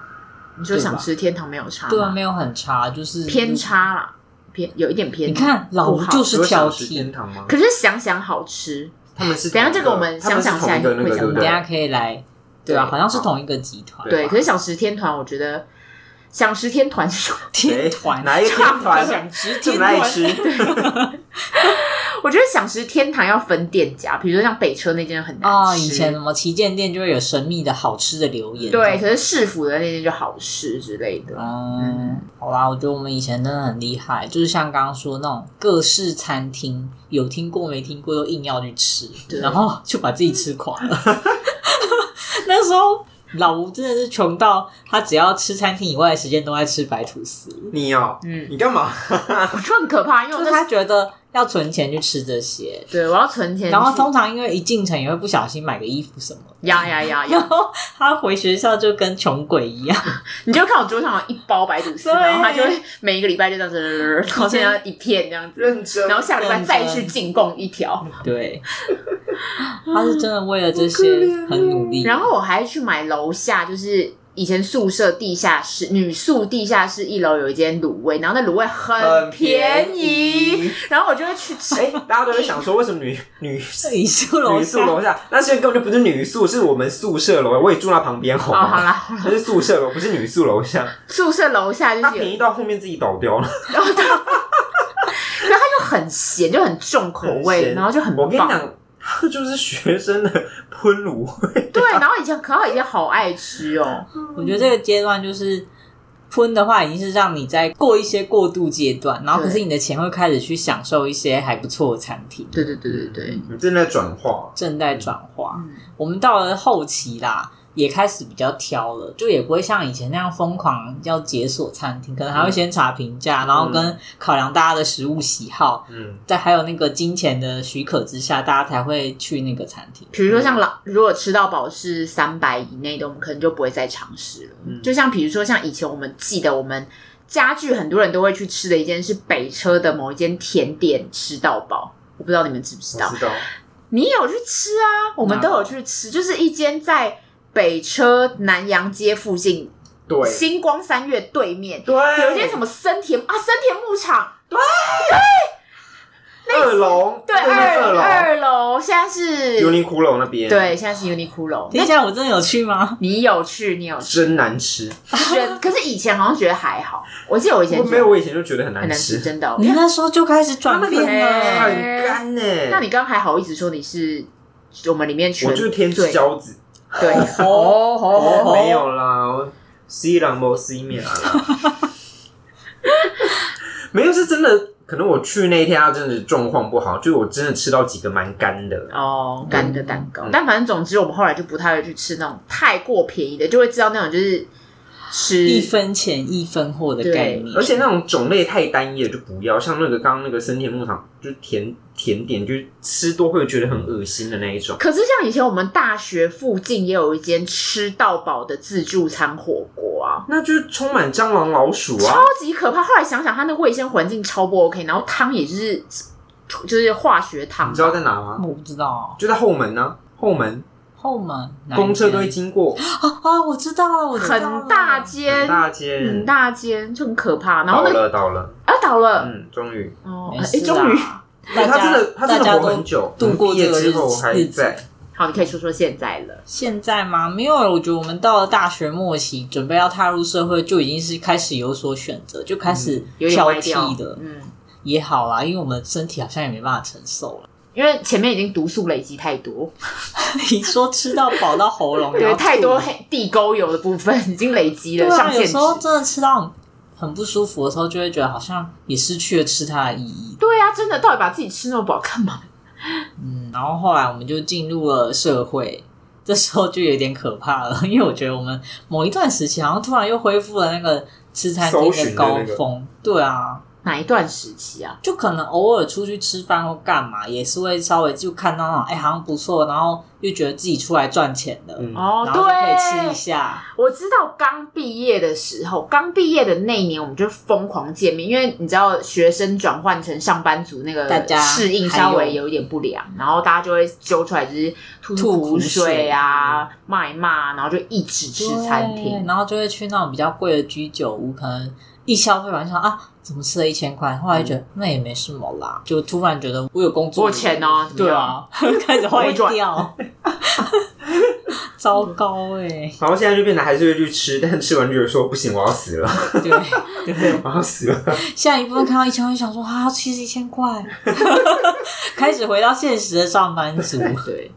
[SPEAKER 2] 你说享食天堂没有差吗，
[SPEAKER 1] 对啊，没有很差，就是
[SPEAKER 2] 偏。差啦，偏有一点偏。
[SPEAKER 1] 你，看老
[SPEAKER 2] 不
[SPEAKER 1] 吴
[SPEAKER 2] 好
[SPEAKER 1] 就是
[SPEAKER 4] 是
[SPEAKER 1] 挑
[SPEAKER 4] 食天
[SPEAKER 1] 剔，
[SPEAKER 4] 堂吗？
[SPEAKER 2] 可是想想好吃，
[SPEAKER 4] 他们是
[SPEAKER 2] 等一下
[SPEAKER 4] 同一
[SPEAKER 2] 这个我们想想
[SPEAKER 4] 他们是同一个那
[SPEAKER 2] 下一个
[SPEAKER 1] 我们等
[SPEAKER 4] 个对不对
[SPEAKER 1] 一？下可以来，对啊，
[SPEAKER 2] 对
[SPEAKER 1] 好像是同一个集团，
[SPEAKER 4] 对
[SPEAKER 2] 对。
[SPEAKER 4] 吧
[SPEAKER 2] 可是享食天团，我觉得享食天团是什么
[SPEAKER 1] 天
[SPEAKER 4] 谁
[SPEAKER 1] 团
[SPEAKER 4] 哪一个天 团？
[SPEAKER 1] 想吃
[SPEAKER 4] 这
[SPEAKER 1] 天
[SPEAKER 4] 么
[SPEAKER 1] 团
[SPEAKER 4] 爱吃，
[SPEAKER 2] 我觉得享食天堂要分店家，比如说像北车那间很难
[SPEAKER 1] 啊、
[SPEAKER 2] 吃，
[SPEAKER 1] 以前什么旗舰店就会有神秘的好吃的留言，
[SPEAKER 2] 对，可是市府的那间就好吃之类的。
[SPEAKER 1] 嗯，好啦，我觉得我们以前真的很厉害，就是像刚刚说那种各式餐厅，有听过没听过都硬要去吃，
[SPEAKER 2] 对
[SPEAKER 1] 然后就把自己吃垮了。 那时候老吴真的是穷到他只要吃餐厅以外的时间都在吃白吐司，
[SPEAKER 4] 你哦，
[SPEAKER 2] 嗯
[SPEAKER 4] 你干嘛？
[SPEAKER 2] 我觉得很可怕，因为
[SPEAKER 1] 就
[SPEAKER 2] 我
[SPEAKER 1] 是
[SPEAKER 2] 在
[SPEAKER 1] 他觉得要存钱去吃这些。
[SPEAKER 2] 对我要存钱去，
[SPEAKER 1] 然后通常因为一进城也会不小心买个衣服什么的，
[SPEAKER 2] 呀呀呀
[SPEAKER 1] 然
[SPEAKER 2] 呀，
[SPEAKER 1] 后他回学校就跟穷鬼一样，
[SPEAKER 2] 你就看我桌上有一包白吐司，
[SPEAKER 1] 对
[SPEAKER 2] 然后他就会每一个礼拜就这样子，然后剩下一片这样子，
[SPEAKER 4] 认真
[SPEAKER 2] 然后下礼拜再去进贡一条。
[SPEAKER 1] 嗯对， 他是真的为了这些很努力。
[SPEAKER 2] 然后我还去买楼下，就是以前宿舍地下室女宿地下室一楼有一间卤味，然后那卤味很便宜，。然后我就会去吃。
[SPEAKER 4] 哎，大家都在想说，为什么 女女
[SPEAKER 1] 女宿楼
[SPEAKER 4] 女宿
[SPEAKER 1] 下，
[SPEAKER 4] 楼下？那些根本就不是女宿，是我们宿舍楼。我也住那旁边，好
[SPEAKER 2] 哦，好
[SPEAKER 4] 吗？
[SPEAKER 2] 啦，
[SPEAKER 4] 那是宿舍楼，不是女宿楼下。
[SPEAKER 2] 宿舍楼下就哎
[SPEAKER 4] 它
[SPEAKER 2] 是有
[SPEAKER 4] 便宜到后面自己倒掉了。
[SPEAKER 2] 然后它就很咸，就很重口
[SPEAKER 4] 很
[SPEAKER 2] 味，
[SPEAKER 4] 咸
[SPEAKER 2] 然后就很
[SPEAKER 4] 我跟你
[SPEAKER 2] 棒。
[SPEAKER 4] 讲，它就是学生的喷炉，
[SPEAKER 2] 对，然后以前可好以前好爱吃哦，
[SPEAKER 1] 我觉得这个阶段就是。婚的话，已经是让你在过一些过渡阶段，然后可是
[SPEAKER 2] 对
[SPEAKER 1] 你的钱会开始去享受一些还不错的餐厅，
[SPEAKER 2] 对对对对对，
[SPEAKER 4] 你正在转化。
[SPEAKER 1] 正在转化。
[SPEAKER 2] 嗯
[SPEAKER 1] 我们到了后期啦，也开始比较挑了，就也不会像以前那样疯狂要解锁餐厅，可能还会先查评价，然后跟考量大家的食物喜好，
[SPEAKER 4] 嗯，
[SPEAKER 1] 在还有那个金钱的许可之下，大家才会去那个餐厅。
[SPEAKER 2] 比如说像老，如果吃到饱是三百以内的，我们可能就不会再尝试了。
[SPEAKER 4] 嗯
[SPEAKER 2] 就像比如说像以前我们记得我们。家具很多人都会去吃的一间是北车的某一间甜点吃到饱，我不知道你们知不知
[SPEAKER 4] 我
[SPEAKER 2] 道？
[SPEAKER 4] 知道。
[SPEAKER 2] 你有去吃啊？我们都有去吃，就是一间在北车南洋街附近
[SPEAKER 4] 对
[SPEAKER 2] 星光三月对面，
[SPEAKER 4] 对，
[SPEAKER 2] 有一间什么森田啊，森田牧场，
[SPEAKER 4] 二楼，
[SPEAKER 2] 对，
[SPEAKER 4] 面
[SPEAKER 2] 二
[SPEAKER 4] 二
[SPEAKER 2] 二楼现在是
[SPEAKER 4] 楼，尤尼骷髅那边，，
[SPEAKER 2] 对，现在是 Uniqlo。
[SPEAKER 1] 等一下，我真的有去吗？
[SPEAKER 2] 你有去，你有去，
[SPEAKER 4] 真难吃。
[SPEAKER 2] 是可是以前好像觉得还好，我记得我以前
[SPEAKER 4] 我
[SPEAKER 2] 觉得
[SPEAKER 4] 没有，我以前就觉得很
[SPEAKER 2] 很
[SPEAKER 4] 难
[SPEAKER 2] 难吃，
[SPEAKER 4] 吃，
[SPEAKER 2] 真的哦。
[SPEAKER 1] 你那时候就开始
[SPEAKER 4] 它
[SPEAKER 1] 转
[SPEAKER 4] 那个
[SPEAKER 1] 变
[SPEAKER 2] 欸
[SPEAKER 1] 了，
[SPEAKER 4] 很干呢。
[SPEAKER 2] 那你刚刚还好意思说你是我们里面全
[SPEAKER 4] 我就是天之骄子，
[SPEAKER 2] 对 哦哦哦
[SPEAKER 4] 哦，没有啦，我西朗没西面啦， 没有是真的。可能我去那一天，他真的状况不好，就是我真的吃到几个蛮干的。
[SPEAKER 2] 哦，干的蛋糕。
[SPEAKER 4] 嗯
[SPEAKER 2] 但反正总之，我们后来就不太会去吃那种太过便宜的，就会知道那种就是吃
[SPEAKER 1] 一分钱一分货的概念。
[SPEAKER 4] 而且那种种类太单一了就不要，像那个刚刚那个森田牧场，就是甜甜点，就是吃多会觉得很恶心的那一种。
[SPEAKER 2] 可是像以前我们大学附近也有一间吃到饱的自助餐火锅啊，
[SPEAKER 4] 那就是充满蟑螂、老鼠啊，
[SPEAKER 2] 超级可怕。后来想想，它那卫生环境超不 OK，然后汤也就是就是化学汤
[SPEAKER 4] 你知，道在哪吗？
[SPEAKER 1] 我不知道
[SPEAKER 4] 就在后门呢、后门
[SPEAKER 1] 后门哪一
[SPEAKER 4] 公车
[SPEAKER 1] 间
[SPEAKER 4] 都会经过，
[SPEAKER 1] 啊，我知道了，我知道了
[SPEAKER 2] 很大间
[SPEAKER 4] 很，大间，
[SPEAKER 2] 很大间，就很可怕。然
[SPEAKER 4] 倒
[SPEAKER 2] 后那
[SPEAKER 4] 了倒了，
[SPEAKER 2] 啊倒了，
[SPEAKER 4] 嗯，终于，
[SPEAKER 2] 哦，
[SPEAKER 1] 没
[SPEAKER 2] 哎，
[SPEAKER 1] 事啊
[SPEAKER 2] 终于
[SPEAKER 1] 啦
[SPEAKER 4] 对
[SPEAKER 1] 大
[SPEAKER 4] 他真
[SPEAKER 1] 家
[SPEAKER 4] 的他
[SPEAKER 1] 大
[SPEAKER 4] 真
[SPEAKER 1] 家
[SPEAKER 4] 的
[SPEAKER 1] 都
[SPEAKER 4] 活很久，
[SPEAKER 1] 度过
[SPEAKER 4] 我们毕
[SPEAKER 1] 这
[SPEAKER 4] 业
[SPEAKER 1] 个
[SPEAKER 4] 之后
[SPEAKER 1] 日
[SPEAKER 4] 还
[SPEAKER 1] 子
[SPEAKER 4] 在，
[SPEAKER 2] 好，你可以说说现在了。
[SPEAKER 1] 现在吗？没有，我觉得我们到了大学末期，准备要踏入社会，就已经是开始有所选择，就开始
[SPEAKER 2] 有点
[SPEAKER 1] 挑
[SPEAKER 2] 歪掉
[SPEAKER 1] 剔的、
[SPEAKER 2] 嗯，
[SPEAKER 1] 也好啦，因为我们身体好像也没办法承受了。
[SPEAKER 2] 因为前面已经毒素累积太多，
[SPEAKER 1] 你说吃到饱到喉咙，然
[SPEAKER 2] 对，
[SPEAKER 1] 后
[SPEAKER 2] 太多
[SPEAKER 1] 吐
[SPEAKER 2] 黑地沟油的部分已经累积了
[SPEAKER 1] 对
[SPEAKER 2] 上
[SPEAKER 1] 啊，有
[SPEAKER 2] 限值
[SPEAKER 1] 时。候真的吃到很很不舒服的时候，就会觉得好像也失去了吃它的意义。
[SPEAKER 2] 对啊，真的，到底把自己吃那么饱干嘛？
[SPEAKER 1] 嗯，然后后来我们就进入了社会，这时候就有点可怕了， 因为我觉得我们某一段时期好像突然又恢复了那个吃餐厅
[SPEAKER 4] 搜寻的
[SPEAKER 1] 高
[SPEAKER 4] 那个
[SPEAKER 1] 峰。对啊，
[SPEAKER 2] 哪一段时期啊？
[SPEAKER 1] 就可能偶尔出去吃饭或干嘛，也是会稍微就看到那种哎、好像不错，然后又觉得自己出来赚钱了，
[SPEAKER 4] 嗯，
[SPEAKER 2] 哦，
[SPEAKER 1] 然后就可以吃一
[SPEAKER 2] 对，
[SPEAKER 1] 下。
[SPEAKER 2] 我知道刚毕业的时候，刚毕业的那一年，我们就疯狂见面，因为你知道学生转换成上班族，那个
[SPEAKER 1] 大家
[SPEAKER 2] 适应稍微有一点不良，然后大家就会揪出来，就是吐
[SPEAKER 1] 吐
[SPEAKER 2] 苦
[SPEAKER 1] 苦
[SPEAKER 2] 水
[SPEAKER 1] 水嗯
[SPEAKER 2] 啊，骂一骂，然后就一直吃餐
[SPEAKER 1] 对
[SPEAKER 2] 厅。
[SPEAKER 1] 然后就会去那种比较贵的居酒屋，可能一消费完想啊，怎么吃了一千块？后来觉
[SPEAKER 2] 嗯
[SPEAKER 1] 得、那也没什么啦，就突然觉得我有工作，
[SPEAKER 2] 我有钱哦怎么
[SPEAKER 1] 对
[SPEAKER 2] 样
[SPEAKER 1] 啊， 开始坏
[SPEAKER 2] 我会赚
[SPEAKER 1] 掉， 糟糕哎、
[SPEAKER 4] 然后现在就变得还是会去吃， 但吃完就觉得说不行，我要死了，
[SPEAKER 1] 对对，
[SPEAKER 4] 我要死了，
[SPEAKER 1] 下一部分看到一千块，就想说啊，其实一千块， 开始回到现实的上班族。
[SPEAKER 2] 对，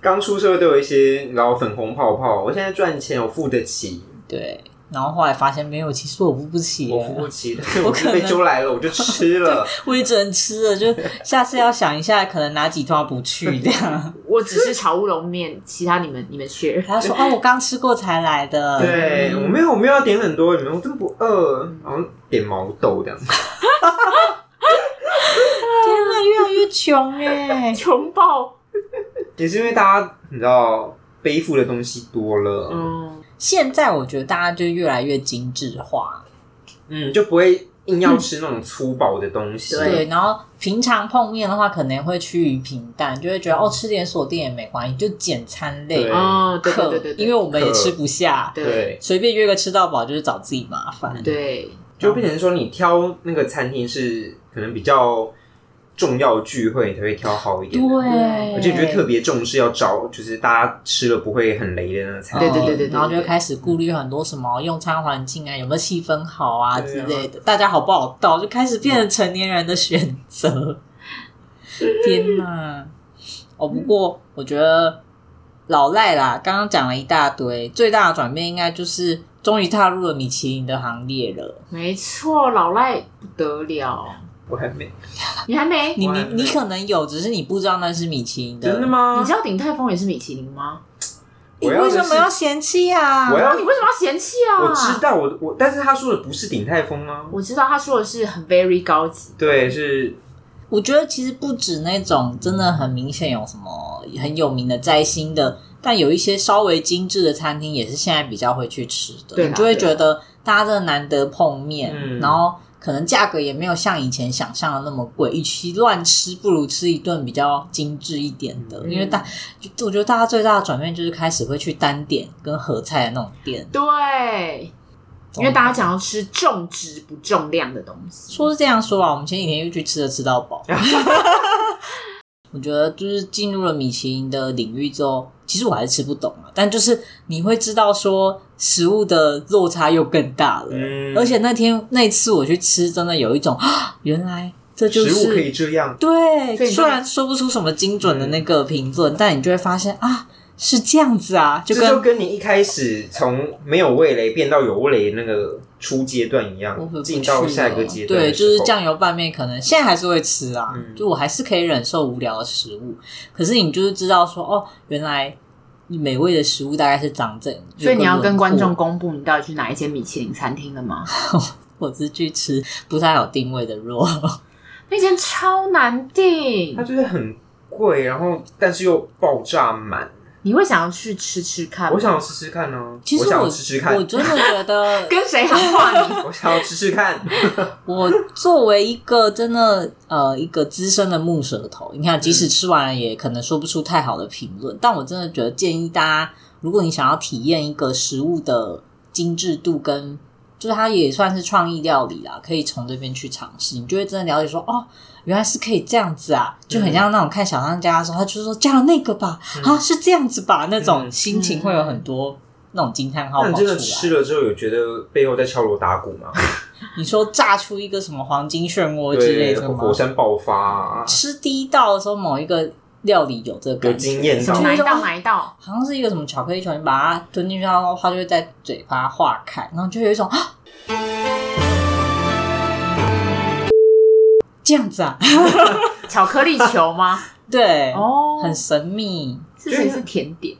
[SPEAKER 4] 刚出社会都有一些然后粉红泡泡，我现在赚钱，我付得起，
[SPEAKER 1] 对，然后后来发现没有，其实我付不起
[SPEAKER 4] 我
[SPEAKER 1] 耶，
[SPEAKER 4] 付不起，但是
[SPEAKER 1] 我
[SPEAKER 4] 我
[SPEAKER 1] 可
[SPEAKER 4] 是被
[SPEAKER 1] 能
[SPEAKER 4] 揪来了，我就吃 了。
[SPEAKER 1] 我也只能吃了。就下次要想一下，可能哪几趟不去这样。
[SPEAKER 2] 我只是炒乌龙面，其他你们你们 share。！
[SPEAKER 1] 他说：“哦，我刚吃过才来的。”
[SPEAKER 4] 对，我没有，我没有要点很多，你们我真不饿，然后点毛豆这样。
[SPEAKER 1] 天哪，越来越穷 哎
[SPEAKER 2] 穷爆，
[SPEAKER 4] 也是因为大家你知道背负的东西多了，嗯
[SPEAKER 2] 嗯，
[SPEAKER 1] 现在我觉得大家就越来越精致化，
[SPEAKER 4] 嗯就不会硬要吃那种粗饱的东西。
[SPEAKER 2] 对
[SPEAKER 1] 对。然后平常碰面的话，可能会趋于平淡，就会觉得哦，吃连锁店也没关系，就简餐类
[SPEAKER 4] 对
[SPEAKER 2] 哦，对对
[SPEAKER 1] 客
[SPEAKER 2] 对对，对
[SPEAKER 1] 因为我们也
[SPEAKER 4] 客
[SPEAKER 1] 吃不下，
[SPEAKER 2] 对
[SPEAKER 4] 对，
[SPEAKER 1] 随便约个吃到饱就是找自己麻烦。
[SPEAKER 2] 对
[SPEAKER 4] 就变成说你挑那个餐厅是可能比较重要聚会，你才会挑好一点的。
[SPEAKER 2] 对
[SPEAKER 4] 而且你就会特别重视要找，就是大家吃了不会很雷的那个餐
[SPEAKER 2] 对
[SPEAKER 4] 厅。
[SPEAKER 2] 对对对
[SPEAKER 1] 然后就会开始顾虑很多什么用餐环境啊，有没有气氛好啊
[SPEAKER 4] 对
[SPEAKER 1] 之
[SPEAKER 4] 啊
[SPEAKER 1] 类的，大家好不好到，就开始变成成年人的选 择。天哪！哦，不过我觉得老赖啦，刚刚讲了一大堆，最大的转变应该就是终于踏入了米其林的行列了。
[SPEAKER 2] 没错，老赖不得了，
[SPEAKER 4] 我还没
[SPEAKER 2] 你还没？
[SPEAKER 1] 你你
[SPEAKER 4] 哇
[SPEAKER 1] 你可能有，只是你不知道那是米其林的。
[SPEAKER 4] 真的？吗
[SPEAKER 2] 你知？道鼎泰丰也是米其林吗？
[SPEAKER 1] 你
[SPEAKER 4] 我要的
[SPEAKER 1] 为什
[SPEAKER 4] 是
[SPEAKER 1] 么要嫌弃啊？
[SPEAKER 4] 我要
[SPEAKER 2] 那你为什么要嫌弃啊？
[SPEAKER 4] 我知，道，我我，但是他说的不是鼎泰丰啊，
[SPEAKER 2] 我知道，他说的是很 very 高级，
[SPEAKER 4] 对，是
[SPEAKER 1] 我觉得其实不止那种真的很明显有什么很有名的摘星的，但有一些稍微精致的餐厅也是现在比较会去吃的，
[SPEAKER 2] 对啦啊
[SPEAKER 1] 你就会觉得大家真的难得碰面，
[SPEAKER 4] 嗯
[SPEAKER 1] 然后可能价格也没有像以前想象的那么贵，与其乱吃，不如吃一顿比较精致一点的，
[SPEAKER 2] 嗯
[SPEAKER 1] 因为大就我觉得大家最大的转变就是开始会去单点跟合菜的那种店，
[SPEAKER 2] 对，因
[SPEAKER 4] 哦
[SPEAKER 2] 为大家想要吃重质不重量的东西。
[SPEAKER 1] 说是这样说啊，我们前几天又去吃了吃到 饱。我觉得就是进入了米其林的领域之后，其实我还是吃不懂啊，但就是你会知道说食物的落差又更大了。
[SPEAKER 4] 嗯
[SPEAKER 1] 而且那天那次我去吃，真的有一种 啊，原来这就
[SPEAKER 4] 食物可以
[SPEAKER 1] 是
[SPEAKER 4] 这样，嗯
[SPEAKER 2] 所以
[SPEAKER 1] 对，
[SPEAKER 2] 你
[SPEAKER 1] 虽然说不出什么精准的那个评论，但你就会发现啊，是这样子啊，就
[SPEAKER 4] 这
[SPEAKER 1] 跟
[SPEAKER 4] 就跟你一开始从没有味蕾变到有味蕾那个初阶段一
[SPEAKER 1] 我回
[SPEAKER 4] 样，
[SPEAKER 1] 不
[SPEAKER 4] 进到
[SPEAKER 1] 去
[SPEAKER 4] 下一个
[SPEAKER 1] 了
[SPEAKER 4] 阶段的
[SPEAKER 1] 对，
[SPEAKER 4] 时候，
[SPEAKER 1] 就是酱油拌面，可能现在还是会吃啊，
[SPEAKER 4] 嗯
[SPEAKER 1] 就我还是可以忍受无聊的食物。可是你就是知道说，哦，原来美味的食物大概是长这样。
[SPEAKER 2] 所以你要跟观众
[SPEAKER 1] 有个轮廓，
[SPEAKER 2] 公布你到底去哪一间米其林餐厅了吗？
[SPEAKER 1] 我是去吃不太好定位的肉，
[SPEAKER 2] 那间超难订
[SPEAKER 4] 它，就是很贵，然后但是又爆炸满。
[SPEAKER 2] 你会想要去吃吃看吗？
[SPEAKER 4] 我想要吃吃看呢、
[SPEAKER 1] 其实
[SPEAKER 4] 我想
[SPEAKER 1] 我
[SPEAKER 4] 要吃吃看，
[SPEAKER 1] 我真的 觉得
[SPEAKER 2] 跟谁喊话你？
[SPEAKER 4] 我想要吃吃看。
[SPEAKER 1] 我作为一个真的呃一个资深的木舌头，你看，即使吃完了也可能说不出太好的评论，但我真的觉得建议大家，如果你想要体验一个食物的精致度跟。就是它也算是创意料理啦，可以从这边去尝试，你就会真的了解说，哦，原来是可以这样子啊，就很像那种看小当家的时候，他就说加了那个吧，啊是这样子吧，那种
[SPEAKER 4] 嗯
[SPEAKER 1] 心情会有很多那种惊叹号
[SPEAKER 4] 那
[SPEAKER 1] 跑
[SPEAKER 4] 你
[SPEAKER 1] 出
[SPEAKER 4] 真的
[SPEAKER 1] 来。
[SPEAKER 4] 吃了之后，有觉得背后在敲锣打鼓吗？
[SPEAKER 1] 你说炸出一个什么黄金漩涡之类
[SPEAKER 4] 对，
[SPEAKER 1] 的吗？
[SPEAKER 4] 火山爆发、啊，
[SPEAKER 1] 吃第一道的时候，某一个料理有这个
[SPEAKER 4] 有
[SPEAKER 1] 感觉，
[SPEAKER 4] 惊艳到
[SPEAKER 1] 什。么
[SPEAKER 2] 哪一道哪一道？
[SPEAKER 1] 好像是一个什么巧克力球，你把它吞进去，然后它就会在嘴巴化开，然后就有一种啊这样子啊，
[SPEAKER 2] 巧克力球 吗？
[SPEAKER 1] 对，
[SPEAKER 2] 哦，
[SPEAKER 1] 很神秘，
[SPEAKER 2] 这才是甜点。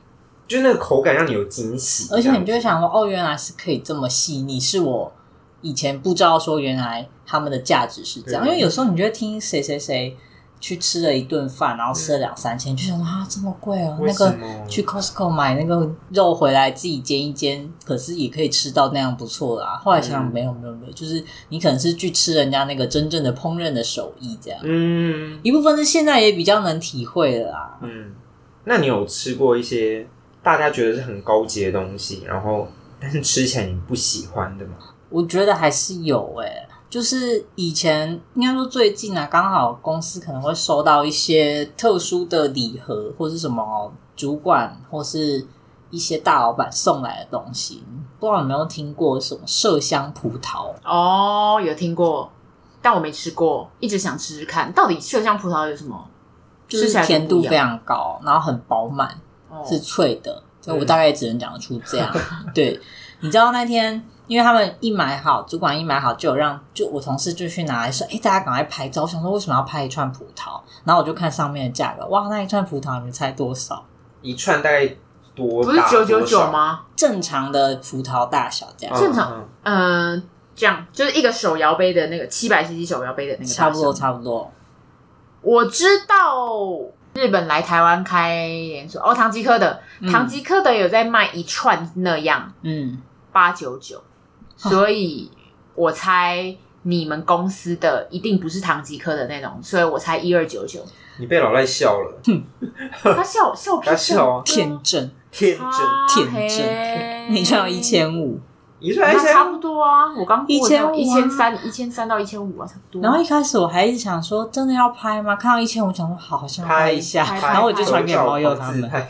[SPEAKER 4] 就是那个口感让你有惊喜，
[SPEAKER 1] 而且你
[SPEAKER 4] 这
[SPEAKER 1] 就
[SPEAKER 4] 样
[SPEAKER 1] 会
[SPEAKER 4] 子
[SPEAKER 1] 想说，哦，原来是可以这么细腻，是我以前不知道说原来他们的价值是这样，
[SPEAKER 4] 对
[SPEAKER 1] 因为有时候你就会听谁谁谁。去吃了一顿饭，然后吃了两三千，就想说啊，这么贵哦、
[SPEAKER 4] 为
[SPEAKER 1] 那个
[SPEAKER 4] 什么
[SPEAKER 1] 去 Costco 买那个肉回来自己煎一煎，可是也可以吃到那样不错啦。后来想想，
[SPEAKER 4] 嗯
[SPEAKER 1] 没有没有没有，就是你可能是去吃人家那个真正的烹饪的手艺，这样、
[SPEAKER 4] 嗯
[SPEAKER 1] 一部分是现在也比较能体会了啦。
[SPEAKER 4] 嗯，那你有吃过一些大家觉得是很高级的东西，然后但是吃起来你不喜欢的吗？
[SPEAKER 1] 我觉得还是有诶、就是以前应该说最近啊，刚好公司可能会收到一些特殊的礼盒，或是什么主管或是一些大老板送来的东西，不知道有没有听过什么麝香葡萄？
[SPEAKER 2] 哦，有听过，但我没吃过，一直想吃吃看，到底麝香葡萄有什么？
[SPEAKER 1] 就是
[SPEAKER 2] 吃起来
[SPEAKER 1] 甜
[SPEAKER 2] 都不
[SPEAKER 1] 度
[SPEAKER 2] 一样
[SPEAKER 1] 非常高，然后很饱满，
[SPEAKER 2] 哦
[SPEAKER 1] 是脆的。所以我大概也只能讲得出这样。对，你知道那天因为他们一买好，主管一买好就有让就我同事就去拿来说，哎、大家赶快拍照。我想说为什么要拍一串葡萄？然后我就看上面的价格，哇，那一串葡萄你们猜多少？
[SPEAKER 4] 一串大概多
[SPEAKER 2] 不是
[SPEAKER 4] 大
[SPEAKER 2] 九九
[SPEAKER 4] 多少
[SPEAKER 2] 九？吗？
[SPEAKER 1] 正常的葡萄大小这样，
[SPEAKER 4] 嗯
[SPEAKER 2] 正常
[SPEAKER 4] 嗯
[SPEAKER 2] 嗯、这样就是一个手摇杯的那个七百 CC 手摇杯的那个大小
[SPEAKER 1] 差不多差不多。
[SPEAKER 2] 我知道日本来台湾开连锁哦，唐吉诃德，
[SPEAKER 1] 嗯
[SPEAKER 2] 唐吉诃德有在卖一串那样
[SPEAKER 1] 嗯，
[SPEAKER 2] 八九九，
[SPEAKER 1] 哦
[SPEAKER 2] 所以我猜你们公司的一定不是唐吉诃德那种，所以我猜一二九 九。
[SPEAKER 4] 你被老赖笑了，
[SPEAKER 2] 他笑笑屁啊
[SPEAKER 4] 他笑啊，
[SPEAKER 1] 天真，
[SPEAKER 4] 天真，
[SPEAKER 1] 天
[SPEAKER 2] 真
[SPEAKER 1] 你算有一，千五。
[SPEAKER 4] 一
[SPEAKER 2] 嘿
[SPEAKER 4] 串一
[SPEAKER 2] 那差不
[SPEAKER 4] 千，
[SPEAKER 2] 多啊，我刚过
[SPEAKER 1] 1500啊
[SPEAKER 2] 一千三一千三到一千五啊，差不多。
[SPEAKER 1] 然后一开始我还一直想说，真的要拍吗？看到一千五，想说好，好像要嗯拍一下，
[SPEAKER 2] 拍
[SPEAKER 1] 然后我就传给猫友他
[SPEAKER 4] 自
[SPEAKER 1] 们。
[SPEAKER 4] 拍。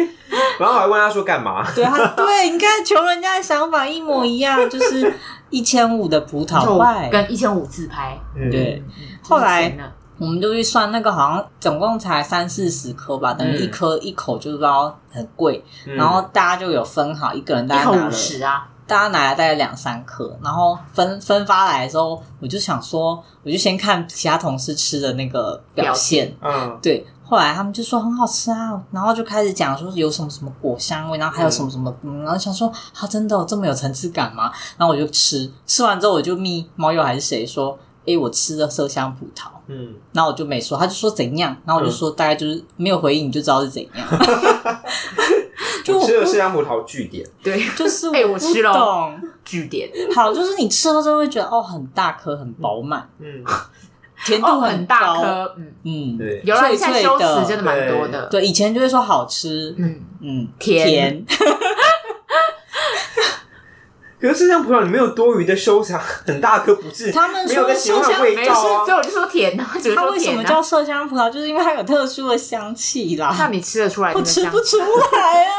[SPEAKER 4] 然后我还问他说干嘛？
[SPEAKER 1] 对他，对，你看穷人家的想法一模一样，就是一千五的葡 萄
[SPEAKER 2] 就
[SPEAKER 1] 派。
[SPEAKER 2] 跟一千五自拍，
[SPEAKER 4] 嗯
[SPEAKER 1] 对，
[SPEAKER 2] 就是
[SPEAKER 1] 后来
[SPEAKER 2] 钱了
[SPEAKER 1] 我们就去算那个，好像总共才三四十颗
[SPEAKER 2] 嗯
[SPEAKER 1] 吧，等于一颗一口就不知道很贵。
[SPEAKER 4] 嗯
[SPEAKER 1] 然后大家就有分好，一个人大
[SPEAKER 2] 一
[SPEAKER 1] 概
[SPEAKER 2] 口
[SPEAKER 1] 拿
[SPEAKER 2] 五
[SPEAKER 1] 了，
[SPEAKER 2] 十啊，
[SPEAKER 1] 大家拿了大概两三颗，然后分分发来的时候，我就想说，我就先看其他同事吃的那个表
[SPEAKER 2] 表
[SPEAKER 1] 现，
[SPEAKER 4] 嗯，
[SPEAKER 1] 对，后来他们就说很好吃啊，然后就开始讲说有什么什么果香味，然后还有什么什么，嗯然后想说啊，真的、哦、这么有层次感吗？然后我就吃，吃完之后我就密猫友还是谁说，诶，我吃了麝香葡萄，
[SPEAKER 4] 嗯，
[SPEAKER 1] 然后我就没说，他就说怎样，然后
[SPEAKER 2] 嗯
[SPEAKER 1] 我就说大概就是没有回应，你就知道是怎样， 就
[SPEAKER 4] 我
[SPEAKER 1] 我
[SPEAKER 4] 吃了
[SPEAKER 1] 不
[SPEAKER 4] 麝香葡萄据点，
[SPEAKER 2] 对，
[SPEAKER 1] 就是
[SPEAKER 2] 哎
[SPEAKER 1] 我
[SPEAKER 2] 我吃了
[SPEAKER 1] 不懂，
[SPEAKER 2] 据点
[SPEAKER 1] 好，就是你吃了之后会觉得哦，很大颗，很饱满，
[SPEAKER 4] 嗯，
[SPEAKER 1] 甜
[SPEAKER 2] 哦，
[SPEAKER 1] 度
[SPEAKER 2] 很
[SPEAKER 1] 高
[SPEAKER 2] 大，颗，嗯，
[SPEAKER 1] 嗯，
[SPEAKER 4] 对，
[SPEAKER 2] 有啦，
[SPEAKER 1] 脆
[SPEAKER 2] 现在
[SPEAKER 1] 脆
[SPEAKER 2] 修
[SPEAKER 1] 的
[SPEAKER 2] 辞真的蛮多的，，
[SPEAKER 1] 对，以前就会说好吃，
[SPEAKER 2] 嗯，
[SPEAKER 1] 嗯，
[SPEAKER 2] 甜
[SPEAKER 1] 甜
[SPEAKER 4] 可是麝香葡萄你没有多余的收藏，很大颗不是？
[SPEAKER 1] 他们
[SPEAKER 4] 没有
[SPEAKER 1] 说
[SPEAKER 4] 在喜欢
[SPEAKER 1] 麝香，
[SPEAKER 4] 味
[SPEAKER 2] 没
[SPEAKER 4] 道
[SPEAKER 2] 事，
[SPEAKER 4] 啊
[SPEAKER 2] 所以我就说甜啊，只是
[SPEAKER 1] 它
[SPEAKER 2] 说
[SPEAKER 1] 为什么
[SPEAKER 2] 甜
[SPEAKER 1] 叫
[SPEAKER 2] 啊，
[SPEAKER 1] 麝香葡萄，就是因为它有特殊的香 气
[SPEAKER 2] 那
[SPEAKER 1] 啦。
[SPEAKER 2] 你吃得出来
[SPEAKER 1] 我
[SPEAKER 2] 真的
[SPEAKER 1] 吃
[SPEAKER 2] 香
[SPEAKER 1] 不出来啊，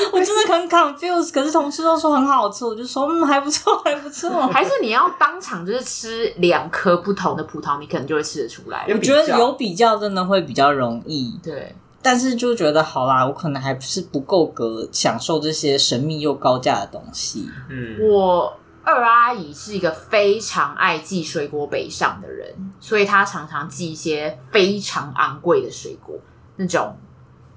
[SPEAKER 1] 我真的很 confused。可是同事都说很好吃，我就说嗯还不错，还不错。
[SPEAKER 2] 还是你要当场就是吃两颗不同的葡萄，你可能就会吃得出来。
[SPEAKER 4] 因为
[SPEAKER 1] 我觉得有比较真的会比较容易，
[SPEAKER 2] 对，
[SPEAKER 1] 但是就觉得好啦，我可能还不是不够格享受这些神秘又高价的东西。
[SPEAKER 4] 嗯，
[SPEAKER 2] 我二阿姨是一个非常爱寄水果北上的人，所以她常常寄一些非常昂贵的水果，那种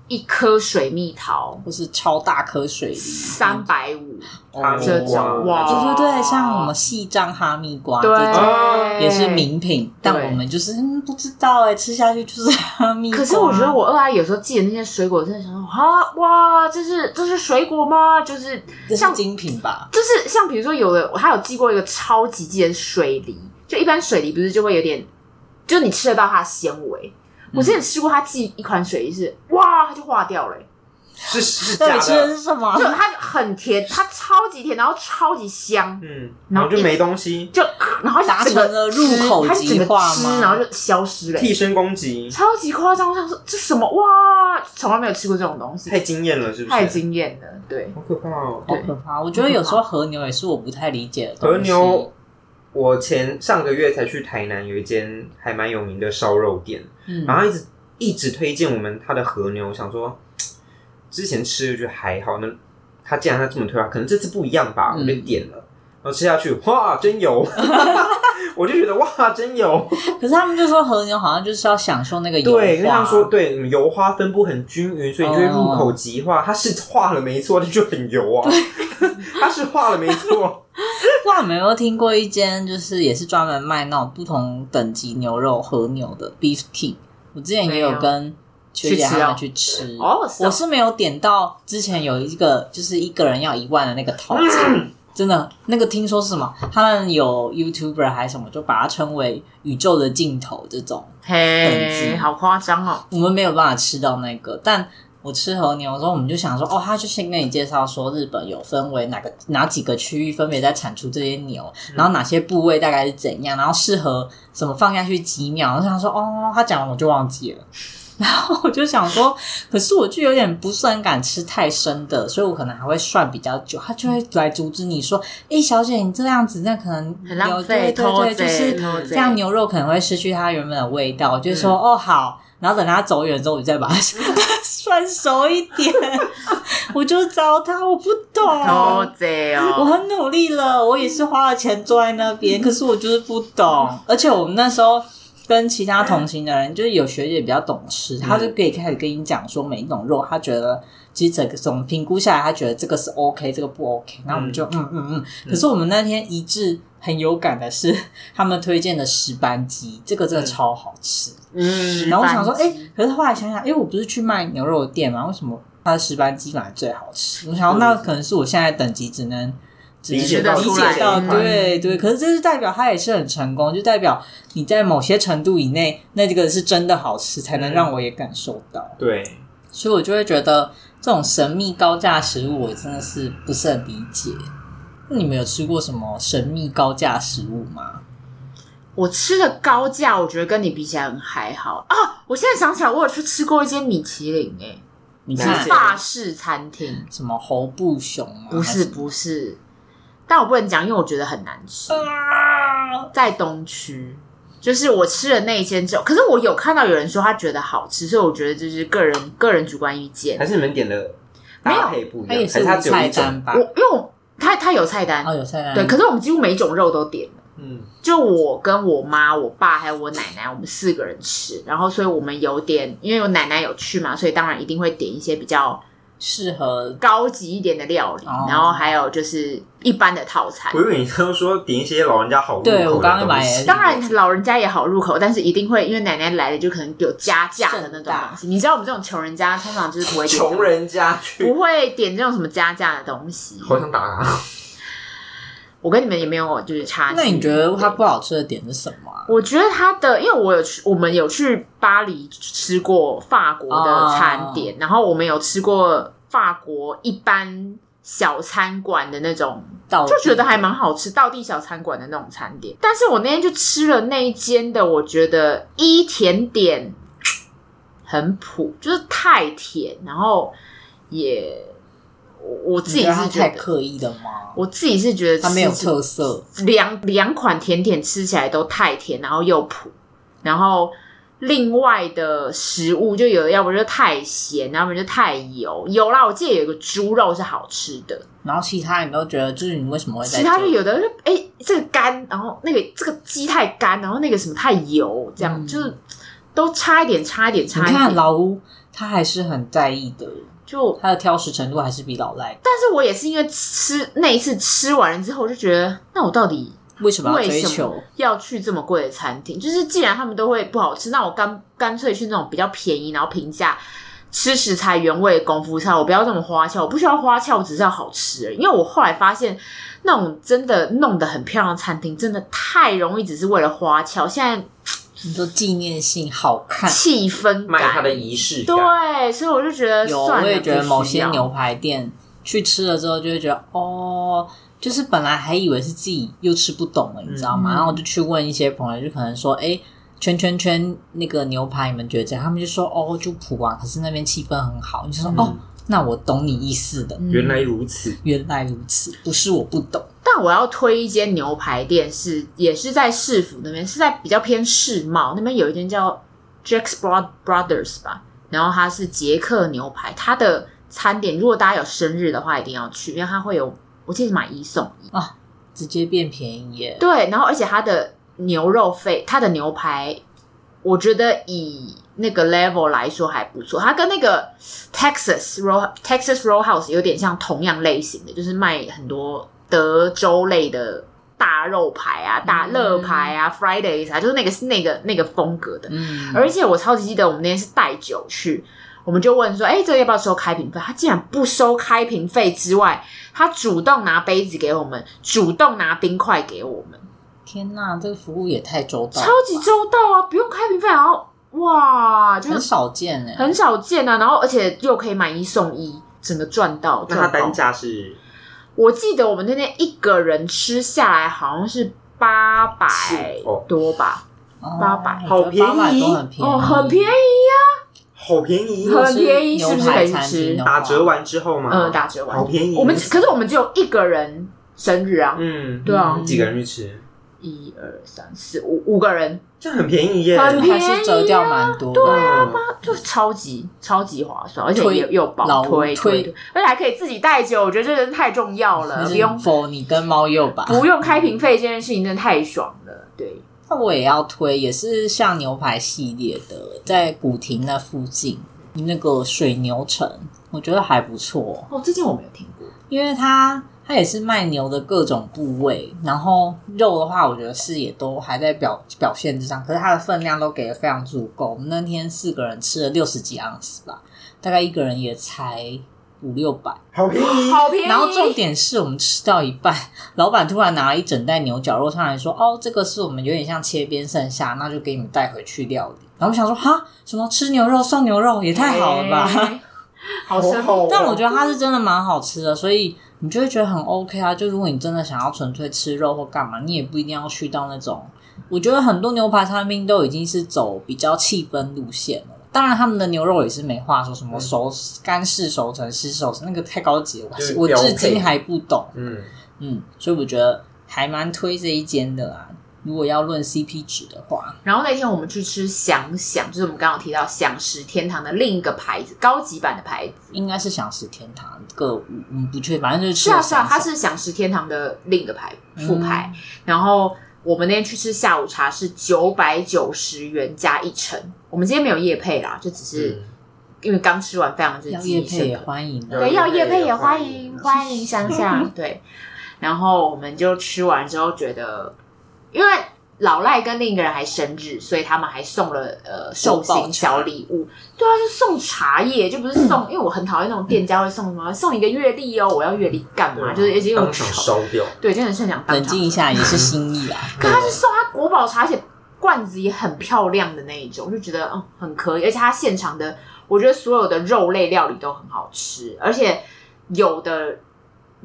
[SPEAKER 2] 一颗水蜜桃
[SPEAKER 1] 或是超大颗水梨，嗯
[SPEAKER 2] 三百五，
[SPEAKER 1] 哦
[SPEAKER 2] 这种哇
[SPEAKER 1] 对对对，像我们细张哈密瓜这种
[SPEAKER 4] 哦
[SPEAKER 2] 对，
[SPEAKER 1] 也是名品，但
[SPEAKER 2] 对
[SPEAKER 1] 我们就是嗯不知道哎，吃下去就是哈密瓜。
[SPEAKER 2] 可是我觉得我二阿姨有时候寄的那些水果，真的想说啊，哇，这是这是水果吗？就是
[SPEAKER 1] 这是
[SPEAKER 2] 像
[SPEAKER 1] 精品吧？
[SPEAKER 2] 就是像比如说有的，我还有寄过一个超级寄的水梨，就一般水梨不是就会有点，就你吃得到它的纤维。
[SPEAKER 1] 嗯
[SPEAKER 2] 我之前吃过他寄一款水梨是，哇，它就化掉了、欸
[SPEAKER 4] 是是
[SPEAKER 1] 到
[SPEAKER 4] 假
[SPEAKER 1] 底吃的
[SPEAKER 4] 的，
[SPEAKER 1] 是什么
[SPEAKER 2] 就？它很甜，它超级甜，然后超级香，
[SPEAKER 4] 嗯，
[SPEAKER 2] 然
[SPEAKER 4] 然
[SPEAKER 2] 后
[SPEAKER 4] 后就没东西，
[SPEAKER 2] 就然后
[SPEAKER 1] 达
[SPEAKER 2] 整个
[SPEAKER 1] 成了入
[SPEAKER 2] 吃
[SPEAKER 1] 口
[SPEAKER 2] 它就整
[SPEAKER 1] 即
[SPEAKER 2] 个
[SPEAKER 1] 化
[SPEAKER 2] 吃
[SPEAKER 1] 吗
[SPEAKER 2] 然后就消失了、欸
[SPEAKER 4] 替身攻击
[SPEAKER 2] 超级夸张。我想说这什么哇，从来没有吃过这种东西，
[SPEAKER 4] 太惊艳了，是不是？
[SPEAKER 2] 太惊艳了，对。
[SPEAKER 4] 好可怕哦！
[SPEAKER 1] 好可怕！我觉得有时候和牛也是我不太理解的东西
[SPEAKER 4] 和牛，我前上个月才去台南，有一间还蛮有名的烧肉店，
[SPEAKER 1] 嗯
[SPEAKER 4] 然后一直一直推荐我们他的和牛，想说嘖之前吃就觉得还好，那他既然他这么推啊，可能这次不一样吧，
[SPEAKER 1] 嗯
[SPEAKER 4] 我就点了，然后吃下去，哇，真油， 我就觉得哇，真油，
[SPEAKER 1] 可是他们就说和牛好像就是要享受那个油花，哦
[SPEAKER 4] 对，跟他们说，对，嗯油花分布很均匀，所以你就会入口即化，它是化了没错，但就很油啊，它是化了没错，
[SPEAKER 1] 不知道你们有没有听过一间，就是也是专门卖那种不同等级牛肉和牛的 Beef King。我之前也
[SPEAKER 2] 没
[SPEAKER 1] 有
[SPEAKER 2] 有
[SPEAKER 1] 跟学姐
[SPEAKER 2] 去吃哦
[SPEAKER 1] 他们去吃，
[SPEAKER 2] 哦是哦
[SPEAKER 1] 我是没有点到之前有一个就是一个人要一万的那个套餐。真的，那个听说是什么？他们有 YouTuber 还是什么，就把它称为宇宙的尽头这种。等
[SPEAKER 2] 嘿
[SPEAKER 1] 级，
[SPEAKER 2] 好夸张哦！
[SPEAKER 1] 我们没有办法吃到那个，但我吃和牛的时候，我们就想说，哦，他就先跟你介绍说日本有分为哪个哪几个区域分别在产出这些牛，
[SPEAKER 2] 嗯
[SPEAKER 1] 然后哪些部位大概是怎样，然后适合什么放下去几秒。我想说，哦，他讲完我就忘记了。 然后我就想说，可是我就有点不是很敢吃太生的，所以我可能还会涮比较久。他就会来阻止你说：“哎、小姐，你这样子，那可能
[SPEAKER 2] 很浪
[SPEAKER 1] 牛
[SPEAKER 2] 费，
[SPEAKER 1] 对对
[SPEAKER 2] 偷
[SPEAKER 1] 对，就
[SPEAKER 2] 贼，
[SPEAKER 1] 是
[SPEAKER 2] 偷贼
[SPEAKER 1] 这样牛肉可能会失去它原本的味道。我就说、哦好，然后等他走远之后，我再把它 涮熟一点。我就糟蹋，我不
[SPEAKER 2] 好
[SPEAKER 1] 懂。
[SPEAKER 2] 贼
[SPEAKER 1] 我
[SPEAKER 2] 哦，
[SPEAKER 1] 很努力了，我也是花了钱坐在那边，可是我就是不懂。而且我们那时候跟其他同行的人，就是有学姐比较懂吃，她就可以开始跟你讲说每一种肉，她觉得其实整个总评估下来，她觉得这个是 OK，这个不 OK。那我们就嗯嗯嗯。可是我们那天一致很有感的是，他们推荐的石斑鸡，这个真的超好吃。
[SPEAKER 2] 嗯
[SPEAKER 1] 然后我想说，哎、
[SPEAKER 2] 班级
[SPEAKER 1] 可是后来想想，哎、我不是去卖牛肉的店吗？为什么它的石斑鸡反而最好吃？我想说，那可能是我现在等级只能只能
[SPEAKER 4] 理解
[SPEAKER 2] 到
[SPEAKER 1] 理
[SPEAKER 2] 出
[SPEAKER 1] 解
[SPEAKER 2] 来
[SPEAKER 1] 到，
[SPEAKER 2] 嗯
[SPEAKER 1] 对对。可是这是代表它也是很成功，就代表你在某些程度以内，那这个是真的好吃，才能让我也感受到。
[SPEAKER 4] 对，
[SPEAKER 1] 所以我就会觉得这种神秘高价食物，我真的是不是很理解。那你们有吃过什么神秘高价食物吗？
[SPEAKER 2] 我吃的高价，我觉得跟你比起来很还好啊。我现在想起来，我有去吃过一间米其林、欸，
[SPEAKER 1] 你
[SPEAKER 4] 了
[SPEAKER 1] 看
[SPEAKER 4] 解
[SPEAKER 2] 法式餐厅，
[SPEAKER 1] 什么猴布熊吗？
[SPEAKER 2] 不
[SPEAKER 1] 还
[SPEAKER 2] 是不是，但我不能讲，因为我觉得很难吃。
[SPEAKER 1] 啊，
[SPEAKER 2] 在东区，就是我吃了那一间之后，可是我有看到有人说他觉得好吃，所以我觉得就是个人个人主观意见
[SPEAKER 4] 还。是你们点的搭配不一
[SPEAKER 1] 它
[SPEAKER 4] 样，
[SPEAKER 1] 也
[SPEAKER 4] 还
[SPEAKER 1] 是无
[SPEAKER 4] 是它只有
[SPEAKER 1] 菜
[SPEAKER 4] 一
[SPEAKER 1] 单
[SPEAKER 4] 种？
[SPEAKER 1] 吧
[SPEAKER 2] 我？因为我他他有菜单，
[SPEAKER 1] 哦，有菜单，
[SPEAKER 2] 对，可是我们几乎每一种肉都点了。
[SPEAKER 4] 嗯，
[SPEAKER 2] 就我跟我妈、我爸还有我奶奶，我们四个人吃，然后所以我们有点，因为我奶奶有去嘛，所以当然一定会点一些比较
[SPEAKER 1] 适合
[SPEAKER 2] 高级一点的料理，
[SPEAKER 1] 哦
[SPEAKER 2] 然后还有就是一般的套餐
[SPEAKER 4] 我。以为你刚刚说点一些老人家好入口
[SPEAKER 1] 对
[SPEAKER 4] 的
[SPEAKER 1] 我刚刚
[SPEAKER 4] 东
[SPEAKER 1] 买
[SPEAKER 4] 西，
[SPEAKER 2] 当然老人家也好入口，但是一定会因为奶奶来了就可能有加价的那
[SPEAKER 1] 盛
[SPEAKER 2] 种
[SPEAKER 1] 大
[SPEAKER 2] 东西。你知道我们这种穷人家通常就是 不会点
[SPEAKER 3] 穷人家去，
[SPEAKER 2] 不会点这种什么加价的东西。
[SPEAKER 3] 好想打啊他。
[SPEAKER 2] 我跟你们也没有就是差距。
[SPEAKER 1] 那你觉得它不好吃的点是什么啊？
[SPEAKER 2] 我觉得它的，因为我有去，我们有去巴黎吃过法国的餐
[SPEAKER 1] 哦
[SPEAKER 2] 点，然后我们有吃过法国一般小餐馆的那种，
[SPEAKER 1] 到
[SPEAKER 2] 就觉得还蛮好吃，道地小餐馆的那种餐点。但是我那天就吃了那一间的，我觉得一甜点很普，就是太甜，然后也我我自
[SPEAKER 1] 自己
[SPEAKER 2] 己是
[SPEAKER 1] 是
[SPEAKER 2] 觉
[SPEAKER 1] 太
[SPEAKER 2] 得，
[SPEAKER 1] 刻意了吗？
[SPEAKER 2] 我自己是觉得
[SPEAKER 1] 它没有
[SPEAKER 2] 吃起
[SPEAKER 1] 特色，
[SPEAKER 2] 两两款甜点吃起来都太甜，然后又苦，然后另外的食物就有的，要不然就太咸，要不然就太油。有啦，我记得有一个猪肉是好吃的，
[SPEAKER 1] 然后其他你都觉得就是你为什么会在
[SPEAKER 2] 其他就
[SPEAKER 1] 这里
[SPEAKER 2] 有的就哎、这个干，然后那个这个鸡太干，然后那个什么太油，这样、
[SPEAKER 1] 嗯
[SPEAKER 2] 就是都差一点，差一点，
[SPEAKER 1] 你
[SPEAKER 2] 差一
[SPEAKER 1] 看
[SPEAKER 2] 点。
[SPEAKER 1] 老吴他还是很在意的，
[SPEAKER 2] 就
[SPEAKER 1] 他的挑食程度还是比老赖高。
[SPEAKER 2] 但是我也是因为吃那一次吃完了之后，我就觉得那我到底
[SPEAKER 1] 为什么要
[SPEAKER 2] 为
[SPEAKER 1] 追
[SPEAKER 2] 什
[SPEAKER 1] 求
[SPEAKER 2] 么？要去这么贵的餐厅？就是既然他们都会不好吃，那我干干脆去那种比较便宜，然后平价吃食材原味的功夫菜。我不要这么花俏，我不需要花俏，我只是要好吃而已。因为我后来发现，那种真的弄得很漂亮的餐厅，真的太容易只是为了花俏。现
[SPEAKER 1] 你说纪念性好
[SPEAKER 2] 在
[SPEAKER 1] 看。
[SPEAKER 2] 气氛
[SPEAKER 4] 卖它
[SPEAKER 2] 感，
[SPEAKER 4] 的仪式感，
[SPEAKER 2] 对，啊所以我就觉得
[SPEAKER 1] 有，
[SPEAKER 2] 算了
[SPEAKER 1] 我也觉得某些，
[SPEAKER 2] 不需
[SPEAKER 1] 牛
[SPEAKER 2] 要
[SPEAKER 1] 排店去吃了之后，就会觉得哦，就是本来还以为是自己又吃不懂了，你知道吗？
[SPEAKER 2] 嗯
[SPEAKER 1] 然后我就去问一些朋友，就可能说，哎、圈圈圈那个牛排你们觉得怎样？他们就说哦，就普啊，可是那边气氛很好。你就说、哦，那我懂你意思的，
[SPEAKER 2] 嗯
[SPEAKER 4] 原来如此。
[SPEAKER 1] 原来如此，不是我不懂。
[SPEAKER 2] 但我要推一间牛排店是，也是在市府那边，是在比较偏世贸那边有一间叫 Jack's Bro- Brothers 吧，然后它是捷克牛排，它的餐点如果大家有生日的话一定要去，因为它会有我记得是买一送一，
[SPEAKER 1] 直接变便宜耶！
[SPEAKER 2] 对，然后而且它的牛肉费，它的牛排，我觉得以那个 level 来说还不错，它跟那个 Texas Roll Texas Roll House 有点像，同样类型的，就是卖很多德州类的大肉排啊、大
[SPEAKER 1] 嗯
[SPEAKER 2] 乐排啊、Fridays 啊，就是那个那个那个风格的。
[SPEAKER 1] 嗯，
[SPEAKER 2] 而且我超级记得我们那天是带酒去，我们就问说，哎、这个要不要收开瓶费？他竟然不收开瓶费之外，他主动拿杯子给我们，主动拿冰块给我们，
[SPEAKER 1] 天哪，这个服务也太周到
[SPEAKER 2] 超
[SPEAKER 1] 了吧，
[SPEAKER 2] 级周到啊！不用开瓶费，然后哇，就
[SPEAKER 1] 很
[SPEAKER 2] 是
[SPEAKER 1] 少见哎，
[SPEAKER 2] 很少见啊，然后而且又可以买一送一，整个赚到。
[SPEAKER 4] 那它
[SPEAKER 2] 赚到
[SPEAKER 4] 单价是
[SPEAKER 2] 我记得我们那天一个人吃下来好像是八百
[SPEAKER 4] 是哦
[SPEAKER 2] 多吧，
[SPEAKER 1] 哦
[SPEAKER 2] 800
[SPEAKER 1] 我觉得
[SPEAKER 4] 好便
[SPEAKER 1] 800
[SPEAKER 4] 宜
[SPEAKER 1] 都很便宜，
[SPEAKER 2] 哦，很便宜，
[SPEAKER 4] 好便宜，
[SPEAKER 1] 如果
[SPEAKER 2] 很便宜
[SPEAKER 1] 牛
[SPEAKER 2] 是不是
[SPEAKER 1] 排
[SPEAKER 2] 可以
[SPEAKER 1] 餐
[SPEAKER 2] 吃
[SPEAKER 1] 厅的话
[SPEAKER 4] 打折完之后吗？
[SPEAKER 2] 嗯，打折完
[SPEAKER 4] 好便宜。
[SPEAKER 2] 我们可是我们只有一个人生日啊，
[SPEAKER 4] 嗯，
[SPEAKER 2] 对啊
[SPEAKER 4] 几个人去吃？
[SPEAKER 2] 一二三四五五个人，
[SPEAKER 4] 这很便宜耶，
[SPEAKER 2] 很便宜啊
[SPEAKER 1] 还是折掉蛮多的。
[SPEAKER 4] 嗯
[SPEAKER 2] 就超级超级划算，而且
[SPEAKER 1] 推
[SPEAKER 2] 也又保
[SPEAKER 1] 老屋
[SPEAKER 2] 推
[SPEAKER 1] 推
[SPEAKER 2] 推，而且还可以自己带酒，我觉得这真的太重要了，
[SPEAKER 1] 就
[SPEAKER 2] 不
[SPEAKER 1] 是
[SPEAKER 2] 用
[SPEAKER 1] 否你跟猫鼬吧，
[SPEAKER 4] 嗯
[SPEAKER 2] 不用开瓶费这件事情真的太爽了，对，
[SPEAKER 1] 那我也要推，也是像牛排系列的，在古亭那附近那个水牛城，我觉得还不错，
[SPEAKER 2] 哦，这件我没有听过，
[SPEAKER 1] 因为它它也是卖牛的各种部位，然后肉的话，我觉得是也都还在表表现之上，可是它的分量都给的非常足够。我们那天四个人吃了六十几盎司吧，大概一个人也才五六百。
[SPEAKER 4] 好便宜。
[SPEAKER 2] 好便宜，
[SPEAKER 1] 然后重点是我们吃到一半，老板突然拿了一整袋牛角肉上来说：“哦，这个是我们有点像切边剩下，那就给你们带回去料理。”然后我想说：“哈，什么吃牛肉送牛肉也太好了吧！”
[SPEAKER 2] 哎，好
[SPEAKER 4] 好
[SPEAKER 2] 生
[SPEAKER 4] 好哦
[SPEAKER 1] 但我觉得它是真的蛮好吃的，所以你就会觉得很 OK 啊。就如果你真的想要纯粹吃肉或干嘛，你也不一定要去到那种。我觉得很多牛排餐厅都已经是走比较气氛路线了。当然，他们的牛肉也是没话说，什么熟干式熟成、湿熟成，那个太高级了，我还是
[SPEAKER 4] 就是
[SPEAKER 1] 我
[SPEAKER 4] 标
[SPEAKER 1] 至
[SPEAKER 4] 配
[SPEAKER 1] 今还不懂。
[SPEAKER 4] 嗯，
[SPEAKER 1] 嗯，所以我觉得还蛮推这一间的啦。如果要论 CP 值的话，
[SPEAKER 2] 然后那天我们去吃想想，就是我们刚刚有提到想食天堂的另一个牌子，高级版的牌子。
[SPEAKER 1] 应该是享食天堂个五，嗯，不确，反正就是吃
[SPEAKER 2] 是啊
[SPEAKER 1] 了
[SPEAKER 2] 是啊
[SPEAKER 1] 想，
[SPEAKER 2] 它
[SPEAKER 1] 想
[SPEAKER 2] 是想食天堂的另一个牌
[SPEAKER 1] 嗯
[SPEAKER 2] 副牌。然后我们那天去吃下午茶是九百九十元加一成。我们今天没有夜配啦，就只是
[SPEAKER 4] 嗯
[SPEAKER 2] 因为刚吃完，非常就是
[SPEAKER 1] 要
[SPEAKER 2] 记忆
[SPEAKER 1] 夜配哦
[SPEAKER 2] 深
[SPEAKER 1] 也
[SPEAKER 2] 刻。
[SPEAKER 1] 欢迎啊的。
[SPEAKER 4] 对
[SPEAKER 2] 对，要夜配也
[SPEAKER 4] 也
[SPEAKER 2] 欢
[SPEAKER 4] 欢
[SPEAKER 2] 迎
[SPEAKER 4] 迎
[SPEAKER 2] 欢迎乡下对。然后我们就吃完之后觉得，因为老赖跟另一个人还生日，所以他们还送了呃寿星小礼物。对啊，就送茶叶，就不是送，因为我很讨厌那种店家会送什么送一个月历哦，我要月历干嘛？就是而且又
[SPEAKER 4] 嗯啊当场
[SPEAKER 2] 丑，
[SPEAKER 4] 烧掉，
[SPEAKER 2] 对，真的是很想当
[SPEAKER 1] 冷
[SPEAKER 2] 场
[SPEAKER 1] 静一下也是 心意啊。
[SPEAKER 2] 可
[SPEAKER 1] 对
[SPEAKER 2] 他是送他国宝茶，而且罐子也很漂亮的那一种，就觉得嗯很可以，而且他现场的，我觉得所有的肉类料理都很好吃，而且有的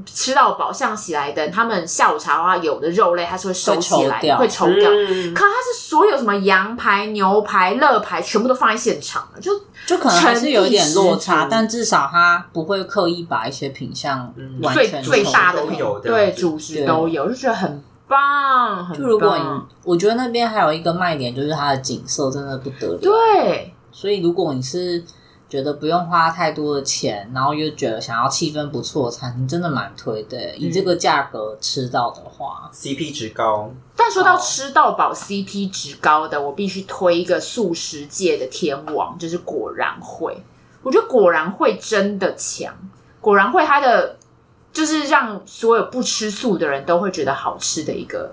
[SPEAKER 2] 吃到饱，像喜来登他们下午茶的话，有的肉类它是会收起来
[SPEAKER 1] 会抽掉
[SPEAKER 2] 会抽掉。
[SPEAKER 4] 嗯
[SPEAKER 2] 可它是所有什么羊排、牛排、乐排，全部都放在现场了，就
[SPEAKER 1] 就可能还是有一点
[SPEAKER 2] 诚
[SPEAKER 1] 落
[SPEAKER 2] 意十
[SPEAKER 1] 差
[SPEAKER 2] 足，
[SPEAKER 1] 但至少他不会刻意把一些品相
[SPEAKER 4] 嗯
[SPEAKER 1] 完
[SPEAKER 2] 最
[SPEAKER 1] 全啊
[SPEAKER 2] 最
[SPEAKER 1] 抽
[SPEAKER 2] 大的
[SPEAKER 1] 走
[SPEAKER 4] 都
[SPEAKER 2] 品
[SPEAKER 4] 有这样
[SPEAKER 2] 对
[SPEAKER 4] 子
[SPEAKER 2] 主食都有，就觉得很棒，很
[SPEAKER 1] 就如果你
[SPEAKER 2] 棒，
[SPEAKER 1] 我觉得那边还有一个卖点就是它的景色真的不得了。
[SPEAKER 2] 对啊
[SPEAKER 1] 所以如果你是觉得不用花太多的钱，然后又觉得想要气氛不错的餐厅，真的蛮推的。以这个
[SPEAKER 2] 嗯
[SPEAKER 1] 价格吃到的话，
[SPEAKER 4] CP 值高，
[SPEAKER 2] 但说到
[SPEAKER 1] 哦
[SPEAKER 2] 吃到饱 CP 值高的，我必须推一个素食界的天王，就是果然会。我觉得果然会真的强，果然会它的就是让所有不吃素的人都会觉得好吃的一个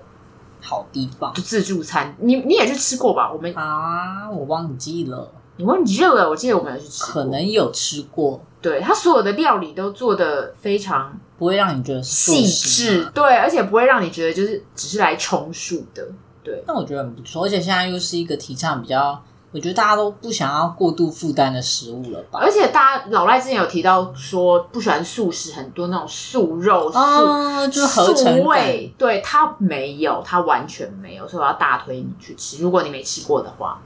[SPEAKER 1] 好地方
[SPEAKER 2] 自助餐。你你也去吃过吧？我们
[SPEAKER 1] 啊，我忘记了，
[SPEAKER 2] 你问热了，我记得我们有去吃过
[SPEAKER 1] 可能有吃过，
[SPEAKER 2] 对它所有的料理都做的非常
[SPEAKER 1] 不会让你觉得是素
[SPEAKER 2] 细
[SPEAKER 1] 食
[SPEAKER 2] 致
[SPEAKER 1] 嘛。，
[SPEAKER 2] 对，而且不会让你觉得就是只是来充数的。对，
[SPEAKER 1] 那我觉得很不错，而且现在又是一个提倡比较，我觉得大家都不想要过度负担的食物了吧？
[SPEAKER 2] 而且大家老赖之前有提到说不喜欢素食，很多那种素肉、素、
[SPEAKER 1] 啊，就是合成
[SPEAKER 2] 素
[SPEAKER 1] 感，
[SPEAKER 2] 味，对他没有，他完全没有，所以我要大推你去吃。如果你没吃过的话，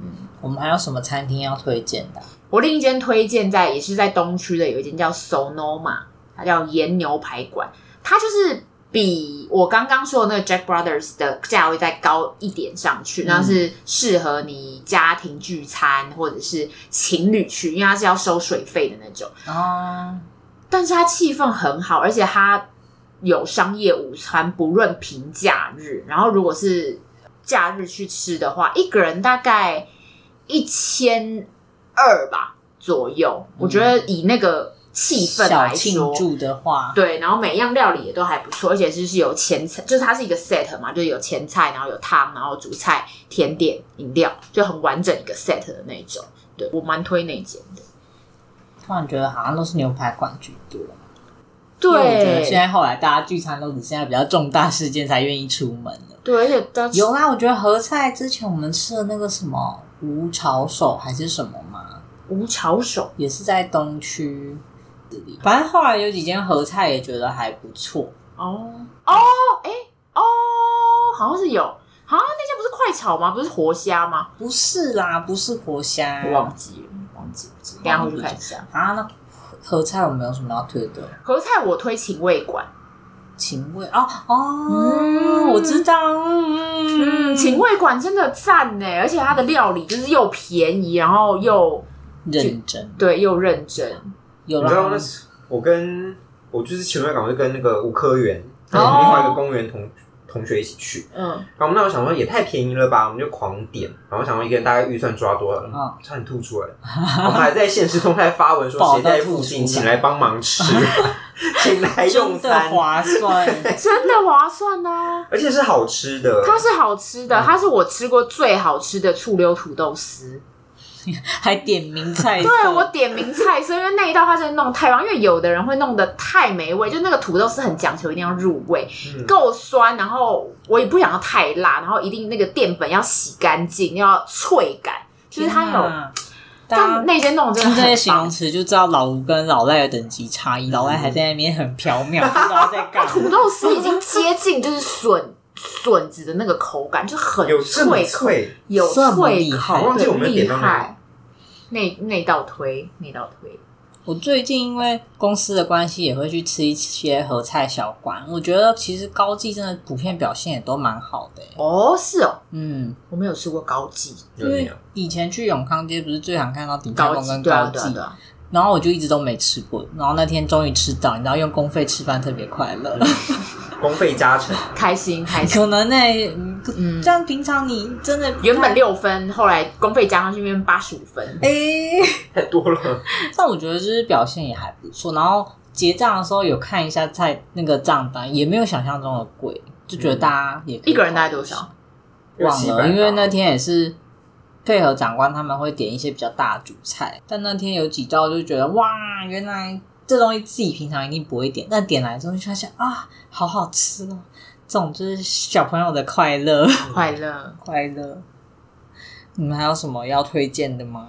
[SPEAKER 2] 嗯
[SPEAKER 1] 我们还有什么餐厅要推荐的啊？
[SPEAKER 2] 我另一间推荐在也是在东区的有一间叫 Sonoma，它叫盐牛排馆，它就是比我刚刚说的那个 Jack Brothers 的价位再高一点上去，
[SPEAKER 1] 嗯
[SPEAKER 2] 那是适合你家庭聚餐或者是情侣去，因为它是要收水费的那种。
[SPEAKER 1] 哦，
[SPEAKER 2] 但是它气氛很好，而且它有商业午餐，不论平假日。然后如果是假日去吃的话，一个人大概一千二吧左右。我觉得以那个气氛
[SPEAKER 1] 嗯小
[SPEAKER 2] 来
[SPEAKER 1] 庆
[SPEAKER 2] 说，
[SPEAKER 1] 祝的话，
[SPEAKER 2] 对，然后每样料理也都还不错，而且就是有前菜，就是它是一个 set 嘛，就是有前菜，然后有汤，然后主菜、甜点、饮料，就很完整一个 set 的那种。对我蛮推那间的，
[SPEAKER 1] 突然觉得好像都是牛排馆居多。
[SPEAKER 2] 对，
[SPEAKER 1] 因为我觉得现在后来大家聚餐都只剩下比较重大事件才愿意出门了。
[SPEAKER 2] 对，而且大家
[SPEAKER 1] 有啦，我觉得合菜之前我们吃的那个什么无炒手还是什么嘛，
[SPEAKER 2] 无炒手。
[SPEAKER 1] 也是在东区这里。反正后来有几间合菜也觉得还不错，
[SPEAKER 2] 哦哦，哎、哦，好像是有，好像那家不是快炒吗？不是活虾吗？
[SPEAKER 1] 不是啦，不是活虾
[SPEAKER 2] 我忘记了，忘记了，等一下回去看一下。
[SPEAKER 1] 啊。那合菜有没有什么要推的？
[SPEAKER 2] 合菜我推秦味馆，
[SPEAKER 1] 情味哦哦，
[SPEAKER 2] 嗯
[SPEAKER 1] 我知道，嗯，
[SPEAKER 2] 嗯，秦味馆真的赞呢，而且它的料理就是又便宜，然后又
[SPEAKER 1] 认真
[SPEAKER 2] 对又认真。啊
[SPEAKER 1] 有
[SPEAKER 4] 你知道
[SPEAKER 1] 啦
[SPEAKER 4] 那，是我跟我就是前面港就跟那个吴科员，
[SPEAKER 2] 哦
[SPEAKER 4] 然后另外一个公园同同学一起去，
[SPEAKER 2] 嗯，
[SPEAKER 4] 然后我们那时候想说也太便宜了吧，我们就狂点，然后想说一个人大概预算抓多少，
[SPEAKER 1] 嗯
[SPEAKER 4] 差点吐出来。我们还在现实动态发文说谁在附近，请来帮忙吃， 请来用
[SPEAKER 1] 真的
[SPEAKER 4] 餐，
[SPEAKER 1] 划算，
[SPEAKER 2] 真的划算呐、
[SPEAKER 4] 而且是好吃的。
[SPEAKER 2] 它是好吃的，它是我吃过最好吃的醋溜土豆丝。
[SPEAKER 1] 还点名菜色，
[SPEAKER 2] 对我点名菜色，因为那一道它真的弄得太棒，因为有的人会弄得太没味，就那个土豆丝很讲求一定要入味，
[SPEAKER 4] 嗯
[SPEAKER 2] 够酸，然后我也不想要太辣，然后一定那个淀粉要洗干净，要脆感，就是它
[SPEAKER 1] 天
[SPEAKER 2] 有。
[SPEAKER 1] 哪，嗯大
[SPEAKER 2] 但
[SPEAKER 1] 家
[SPEAKER 2] 那间弄得真
[SPEAKER 1] 听
[SPEAKER 2] 的
[SPEAKER 1] 这
[SPEAKER 2] 很
[SPEAKER 1] 些形容
[SPEAKER 2] 棒。
[SPEAKER 1] 词就知道老吴跟老赖的等级差异，老赖还在那边很缥缈，不知道在干
[SPEAKER 2] 土
[SPEAKER 1] 嘛。
[SPEAKER 2] 豆丝已经接近就是笋笋子的那个口感，就很
[SPEAKER 4] 有这么
[SPEAKER 2] 脆口，
[SPEAKER 4] 脆，
[SPEAKER 2] 有
[SPEAKER 1] 这么
[SPEAKER 2] 脆
[SPEAKER 1] 厉害
[SPEAKER 4] 我
[SPEAKER 2] 口，
[SPEAKER 4] 忘记
[SPEAKER 2] 对
[SPEAKER 4] 我们
[SPEAKER 2] 厉
[SPEAKER 4] 有点到哪里
[SPEAKER 2] 害。那那道推，那道推，
[SPEAKER 1] 我最近因为公司的关系，也会去吃一些合菜小馆。我觉得其实高记真的普遍表现也都蛮好的、欸
[SPEAKER 2] 哦，是哦，
[SPEAKER 1] 嗯，
[SPEAKER 2] 我没有吃过高级
[SPEAKER 4] 有
[SPEAKER 1] 因
[SPEAKER 4] 啊没
[SPEAKER 1] 为
[SPEAKER 4] 有？
[SPEAKER 1] 以前去永康街不是最常看到鼎泰
[SPEAKER 2] 高
[SPEAKER 1] 宫
[SPEAKER 2] 级，
[SPEAKER 1] 跟
[SPEAKER 2] 对啊
[SPEAKER 1] 高
[SPEAKER 2] 对啊
[SPEAKER 1] 记
[SPEAKER 2] 对，啊，
[SPEAKER 1] 然后我就一直都没吃过，然后那天终于吃到，你知道用公费吃饭特别快乐，
[SPEAKER 4] 公费加成，
[SPEAKER 2] 开心开心。
[SPEAKER 1] 可能呢、嗯
[SPEAKER 2] 嗯
[SPEAKER 1] 这样平常你真的
[SPEAKER 2] 原本六分，后来公费加上去变八十五分，
[SPEAKER 1] 哎、
[SPEAKER 4] 太多了。
[SPEAKER 1] 但我觉得就是表现也还不错，然后结账的时候有看一下菜那个账单，也没有想象中的贵，就觉得大家也可以
[SPEAKER 2] 一个人大概多少？
[SPEAKER 4] 六
[SPEAKER 1] 忘
[SPEAKER 4] 七
[SPEAKER 1] 了，
[SPEAKER 4] 百
[SPEAKER 1] 因为那
[SPEAKER 4] 吧
[SPEAKER 1] 天也是配合长官他们会点一些比较大的主菜，但那天有几道就觉得哇，原来这东西自己平常一定不会点，但点来之后就发现啊，好好吃哦！这种就是小朋友的快乐，
[SPEAKER 2] 快乐。
[SPEAKER 1] 快乐。你们还有什么要推荐的吗？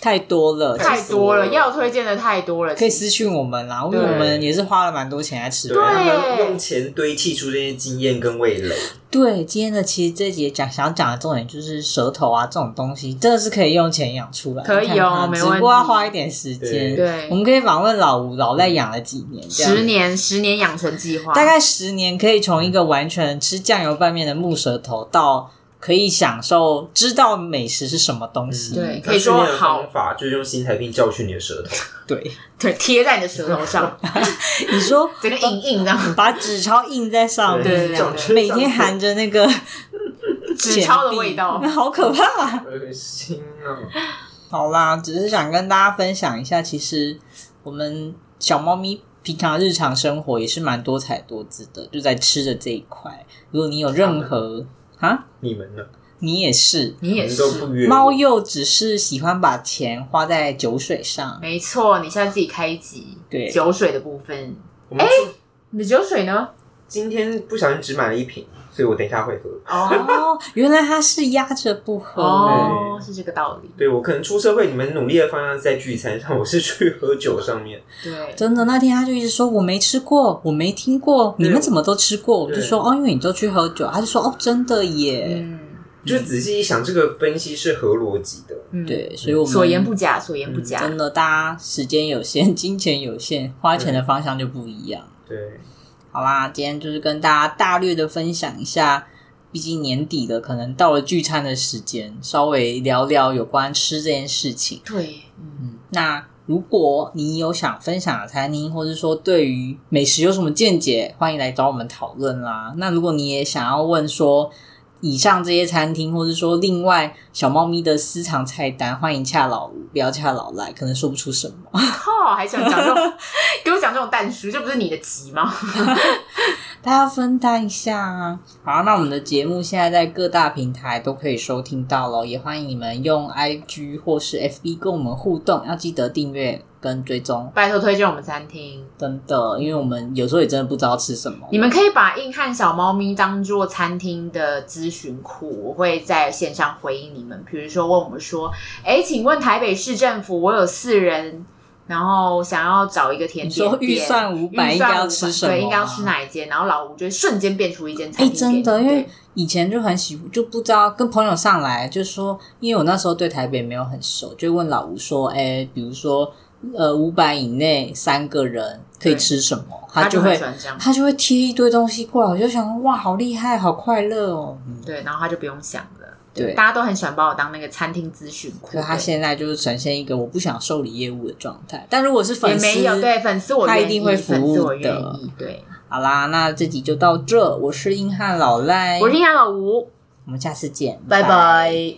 [SPEAKER 1] 太多了，
[SPEAKER 2] 太
[SPEAKER 1] 其实
[SPEAKER 2] 多了，要推荐的太多了。
[SPEAKER 1] 可
[SPEAKER 2] 其
[SPEAKER 1] 以
[SPEAKER 2] 实
[SPEAKER 1] 私讯我们啦，因为
[SPEAKER 4] 对
[SPEAKER 1] 我们也是花了蛮多钱来吃
[SPEAKER 4] 对，啊
[SPEAKER 1] 饭。
[SPEAKER 4] 他们用钱堆砌出这些经验跟味蕾。
[SPEAKER 1] 对，今天的其实这节讲想要讲的重点就是舌头啊这种东西，真的是可以用钱养出来，
[SPEAKER 2] 可以哦
[SPEAKER 1] 你看看
[SPEAKER 2] 没
[SPEAKER 1] 只
[SPEAKER 2] 问
[SPEAKER 1] 不过要
[SPEAKER 2] 题
[SPEAKER 1] 花一点时间。
[SPEAKER 4] 对
[SPEAKER 2] 对
[SPEAKER 1] 我们可以访问老吴，老赖养了几年，这样
[SPEAKER 2] 十，年十年养成计划，
[SPEAKER 1] 大概十年，可以从一个完全吃酱油拌面的木舌头，到可以享受知道美食是什么东西。
[SPEAKER 2] 对
[SPEAKER 4] 那
[SPEAKER 2] 可以说
[SPEAKER 4] 训练的
[SPEAKER 2] 好
[SPEAKER 4] 方法就是用心态并教训你的舌头。
[SPEAKER 1] 对，
[SPEAKER 2] 对贴在你的舌头 上，
[SPEAKER 1] 你说
[SPEAKER 2] 整个硬硬的，
[SPEAKER 1] 把纸钞印在上
[SPEAKER 2] 哦
[SPEAKER 1] 面，
[SPEAKER 2] 对对
[SPEAKER 4] 讲真
[SPEAKER 1] 每天含着那个
[SPEAKER 2] 纸钞的味道
[SPEAKER 1] 钱币好可怕、
[SPEAKER 4] 恶心啊！
[SPEAKER 1] 好啦，只是想跟大家分享一下，其实我们小猫咪平常日常生活也是蛮多彩多姿的，就在吃的这一块。如果你有任何啊，
[SPEAKER 4] 你们呢？
[SPEAKER 1] 你也是
[SPEAKER 2] 你也
[SPEAKER 4] 你们
[SPEAKER 2] 是
[SPEAKER 4] 都。不约我
[SPEAKER 1] 猫又只是喜欢把钱花在酒水上，
[SPEAKER 2] 没错，你现在自己开一集
[SPEAKER 1] 对
[SPEAKER 2] 酒水的部分，
[SPEAKER 4] 我们今
[SPEAKER 2] 你的酒水呢？
[SPEAKER 4] 今天不小心只买了一瓶，所以我等一下会喝。
[SPEAKER 2] 哦
[SPEAKER 1] 哦，原来它是压着不喝。
[SPEAKER 2] 哦，是这个道理。
[SPEAKER 4] 对我可能出社会，你们努力的方向是在聚餐上，我是去喝酒上面。
[SPEAKER 2] 对，
[SPEAKER 1] 真的，那天他就一直说我没吃过，我没听过，你
[SPEAKER 4] 对
[SPEAKER 1] 们怎么都吃过？我就
[SPEAKER 4] 对
[SPEAKER 1] 说哦，因为你都去喝酒。他就说哦，真的耶。
[SPEAKER 2] 嗯
[SPEAKER 4] 就仔细一想，这个分析是合逻辑的。
[SPEAKER 2] 嗯，
[SPEAKER 1] 对，所以我们
[SPEAKER 2] 所言不假，所言不
[SPEAKER 4] 嗯
[SPEAKER 2] 假。
[SPEAKER 1] 真的，大家时间有限， 金钱有限，花钱的方向就不一样。
[SPEAKER 4] 对，
[SPEAKER 1] 好啦，今天就是跟大家大略的分享一下，毕竟年底了，可能到了聚餐的时间，稍微聊聊有关吃这件事情。
[SPEAKER 2] 对，嗯。
[SPEAKER 1] 嗯，那如果你有想分享的餐厅，或是说对于美食有什么见解，欢迎来找我们讨论啦。那如果你也想要问说以上这些餐厅，或是说另外小猫咪的私藏菜单，欢迎恰老吴，不要恰老赖，可能说不出什么。
[SPEAKER 2] 靠，哦还想讲这种， 给我讲这种蛋叔，这不是你的急吗？
[SPEAKER 1] 大家分担一下啊！好，那我们的节目现在在各大平台都可以收听到了，也欢迎你们用 IG 或是 FB 跟我们互动，要记得订阅跟追踪，
[SPEAKER 2] 拜托推荐我们餐厅，
[SPEAKER 1] 真的，因为我们有时候也真的不知道吃什么。
[SPEAKER 2] 你们可以把硬汉小猫咪当做餐厅的咨询库，我会在线上回应你们。比如说问我们说，哎，请问台北市政府，我有四人，然后想要找一个甜
[SPEAKER 1] 你
[SPEAKER 2] 点
[SPEAKER 1] 说
[SPEAKER 2] 店，
[SPEAKER 1] 预算五百
[SPEAKER 2] 预
[SPEAKER 1] 应
[SPEAKER 2] 算
[SPEAKER 1] 该要
[SPEAKER 2] 500
[SPEAKER 1] 吃什么？啊
[SPEAKER 2] 对，应该要吃？哪一间？然后老吴就会瞬间变出一间餐
[SPEAKER 1] 哎，
[SPEAKER 2] 厅给你。
[SPEAKER 1] 真的，因为
[SPEAKER 2] 对
[SPEAKER 1] 以前就很喜，就不知道跟朋友上来就说，因为我那时候对台北没有很熟，就问老吴说，哎，比如说呃五百以内三个人可以
[SPEAKER 2] 对
[SPEAKER 1] 吃什么，
[SPEAKER 2] 他
[SPEAKER 1] 他就
[SPEAKER 2] 很
[SPEAKER 1] 会
[SPEAKER 2] 喜欢这样，
[SPEAKER 1] 他就会贴一堆东西过来，我就想哇，好厉害，好快乐哦。嗯
[SPEAKER 2] 对，然后他就不用想了。
[SPEAKER 1] 对
[SPEAKER 2] 大家都很喜欢把我当那个餐厅资讯库。
[SPEAKER 1] 可他
[SPEAKER 2] 对
[SPEAKER 1] 现在就是呈现一个我不想受理业务的状态，但如果是
[SPEAKER 2] 也
[SPEAKER 1] 粉丝，
[SPEAKER 2] 没有对粉丝我
[SPEAKER 1] 他
[SPEAKER 2] 愿意，
[SPEAKER 1] 一定会服
[SPEAKER 2] 粉丝
[SPEAKER 1] 务
[SPEAKER 2] 我愿
[SPEAKER 1] 的
[SPEAKER 2] 意。对，
[SPEAKER 1] 好啦，那这集就到这，我是硬汉老赖，
[SPEAKER 2] 我是亚老吴，
[SPEAKER 1] 我们下次见，
[SPEAKER 2] 拜拜。